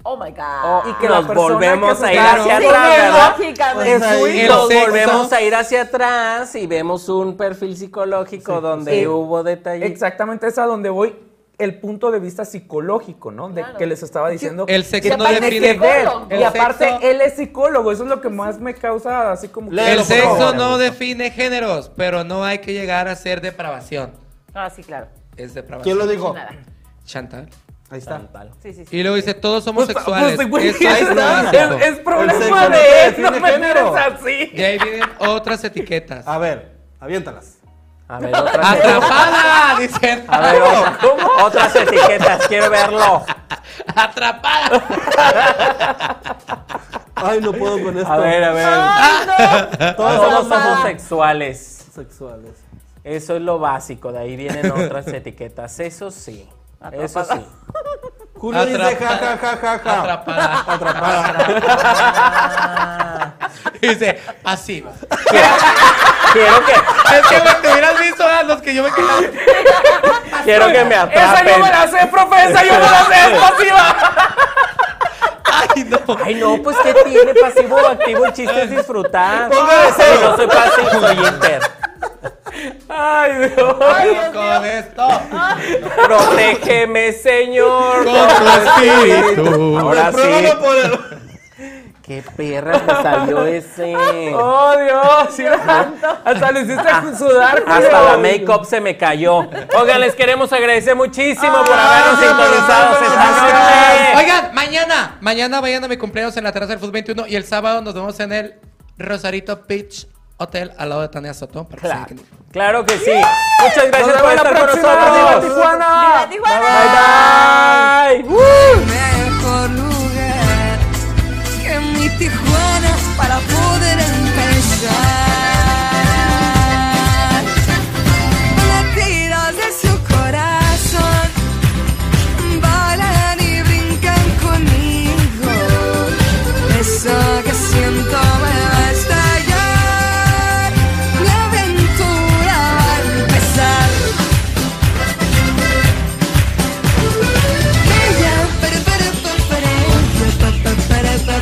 Speaker 7: Oh my
Speaker 5: Oh,
Speaker 7: God.
Speaker 3: Y que la
Speaker 5: nos
Speaker 3: persona que
Speaker 5: volvemos
Speaker 3: se
Speaker 5: a ir
Speaker 3: está-
Speaker 5: hacia
Speaker 7: Sí,
Speaker 5: atrás, ¿verdad?
Speaker 7: lógicamente.
Speaker 3: Es su
Speaker 6: ahí
Speaker 3: hijo.
Speaker 4: el
Speaker 5: Nos
Speaker 4: sexo.
Speaker 5: volvemos a ir hacia atrás y vemos un perfil psicológico donde
Speaker 3: Sí.
Speaker 5: hubo detalles.
Speaker 3: Exactamente es a donde voy el punto de vista psicológico, ¿no? De
Speaker 7: Claro.
Speaker 3: que les estaba diciendo.
Speaker 4: El sexo
Speaker 3: que
Speaker 4: no
Speaker 3: tiene
Speaker 4: define-
Speaker 3: que ver.
Speaker 7: Psicólogo.
Speaker 3: Y aparte,
Speaker 4: El sexo-
Speaker 3: él es psicólogo. Eso es lo que más me causa así como. que-
Speaker 6: Léelo,
Speaker 4: El
Speaker 6: por
Speaker 4: sexo
Speaker 6: favor.
Speaker 4: no define géneros, pero no hay que llegar a ser depravación.
Speaker 7: Ah, sí, claro.
Speaker 4: Es depravación.
Speaker 6: ¿Quién lo dijo?
Speaker 7: Nada.
Speaker 4: Chantal.
Speaker 6: Ahí
Speaker 5: Tal,
Speaker 6: está.
Speaker 5: tal.
Speaker 7: Sí, sí, sí.
Speaker 4: Y luego dice, todos somos
Speaker 3: Pues,
Speaker 4: sexuales.
Speaker 3: pues, güey,
Speaker 4: Eso es
Speaker 3: es,
Speaker 4: básico.
Speaker 3: es
Speaker 6: El
Speaker 3: problema
Speaker 6: sexo no
Speaker 3: de él.
Speaker 6: define
Speaker 3: No me
Speaker 6: género.
Speaker 3: mires así.
Speaker 4: Y ahí vienen otras etiquetas.
Speaker 6: A ver, aviéntalas.
Speaker 5: A ver, otras,
Speaker 4: ¡Atrapada! Dicen.
Speaker 5: a ver, otra- otras etiquetas, quiero verlo.
Speaker 4: ¡Atrapada!
Speaker 6: Ay, no puedo con esto.
Speaker 5: A ver, a ver.
Speaker 7: Ay, no.
Speaker 5: Todos
Speaker 7: mamá.
Speaker 5: somos sexuales.
Speaker 6: Sexuales.
Speaker 5: Eso es lo básico, de ahí vienen otras etiquetas. Eso sí. Eso sí.
Speaker 6: Julio dice ja, ja, ja, ja, ja.
Speaker 4: Atrapada. Dice, pasiva.
Speaker 5: Quiero que,
Speaker 4: Es que güey, te hubieras visto a los que yo me quedaba.
Speaker 5: quiero que me
Speaker 3: Esa yo me
Speaker 5: atrapen.
Speaker 3: la sé, profe. Esa yo me la sé. Es pasiva.
Speaker 4: ¡Ay, no!
Speaker 5: Ay, no, pues ¿qué tiene pasivo o activo? El chiste es disfrutar.
Speaker 6: Póngale cero.
Speaker 5: Yo no soy pasivo, soy inter.
Speaker 3: Ay, Dios.
Speaker 4: Con esto.
Speaker 5: Protégeme, Señor.
Speaker 4: Con tu espíritu.
Speaker 5: Ahora sí.
Speaker 6: Pruébalo por el-
Speaker 5: Qué perra me salió ese.
Speaker 3: ¡Oh, Dios! Mira, hasta lo hiciste sudar,
Speaker 5: Hasta la make-up se me cayó. Oigan, les queremos agradecer muchísimo por
Speaker 3: Ah,
Speaker 5: habernos sintonizado esta noche.
Speaker 4: Oigan, mañana, mañana vayan a mi cumpleaños en la terraza del Fútbol 21 y el sábado nos vemos en el Rosarito Beach Hotel al lado de Tania Soto. Para que se
Speaker 5: Claro,
Speaker 4: den-
Speaker 5: claro que sí. Muchas gracias por
Speaker 3: vemos la
Speaker 5: estar con
Speaker 3: próxima.
Speaker 5: nosotros.
Speaker 3: ¡Viva Tijuana!
Speaker 7: ¡Viva Tijuana!
Speaker 5: Bye, bye.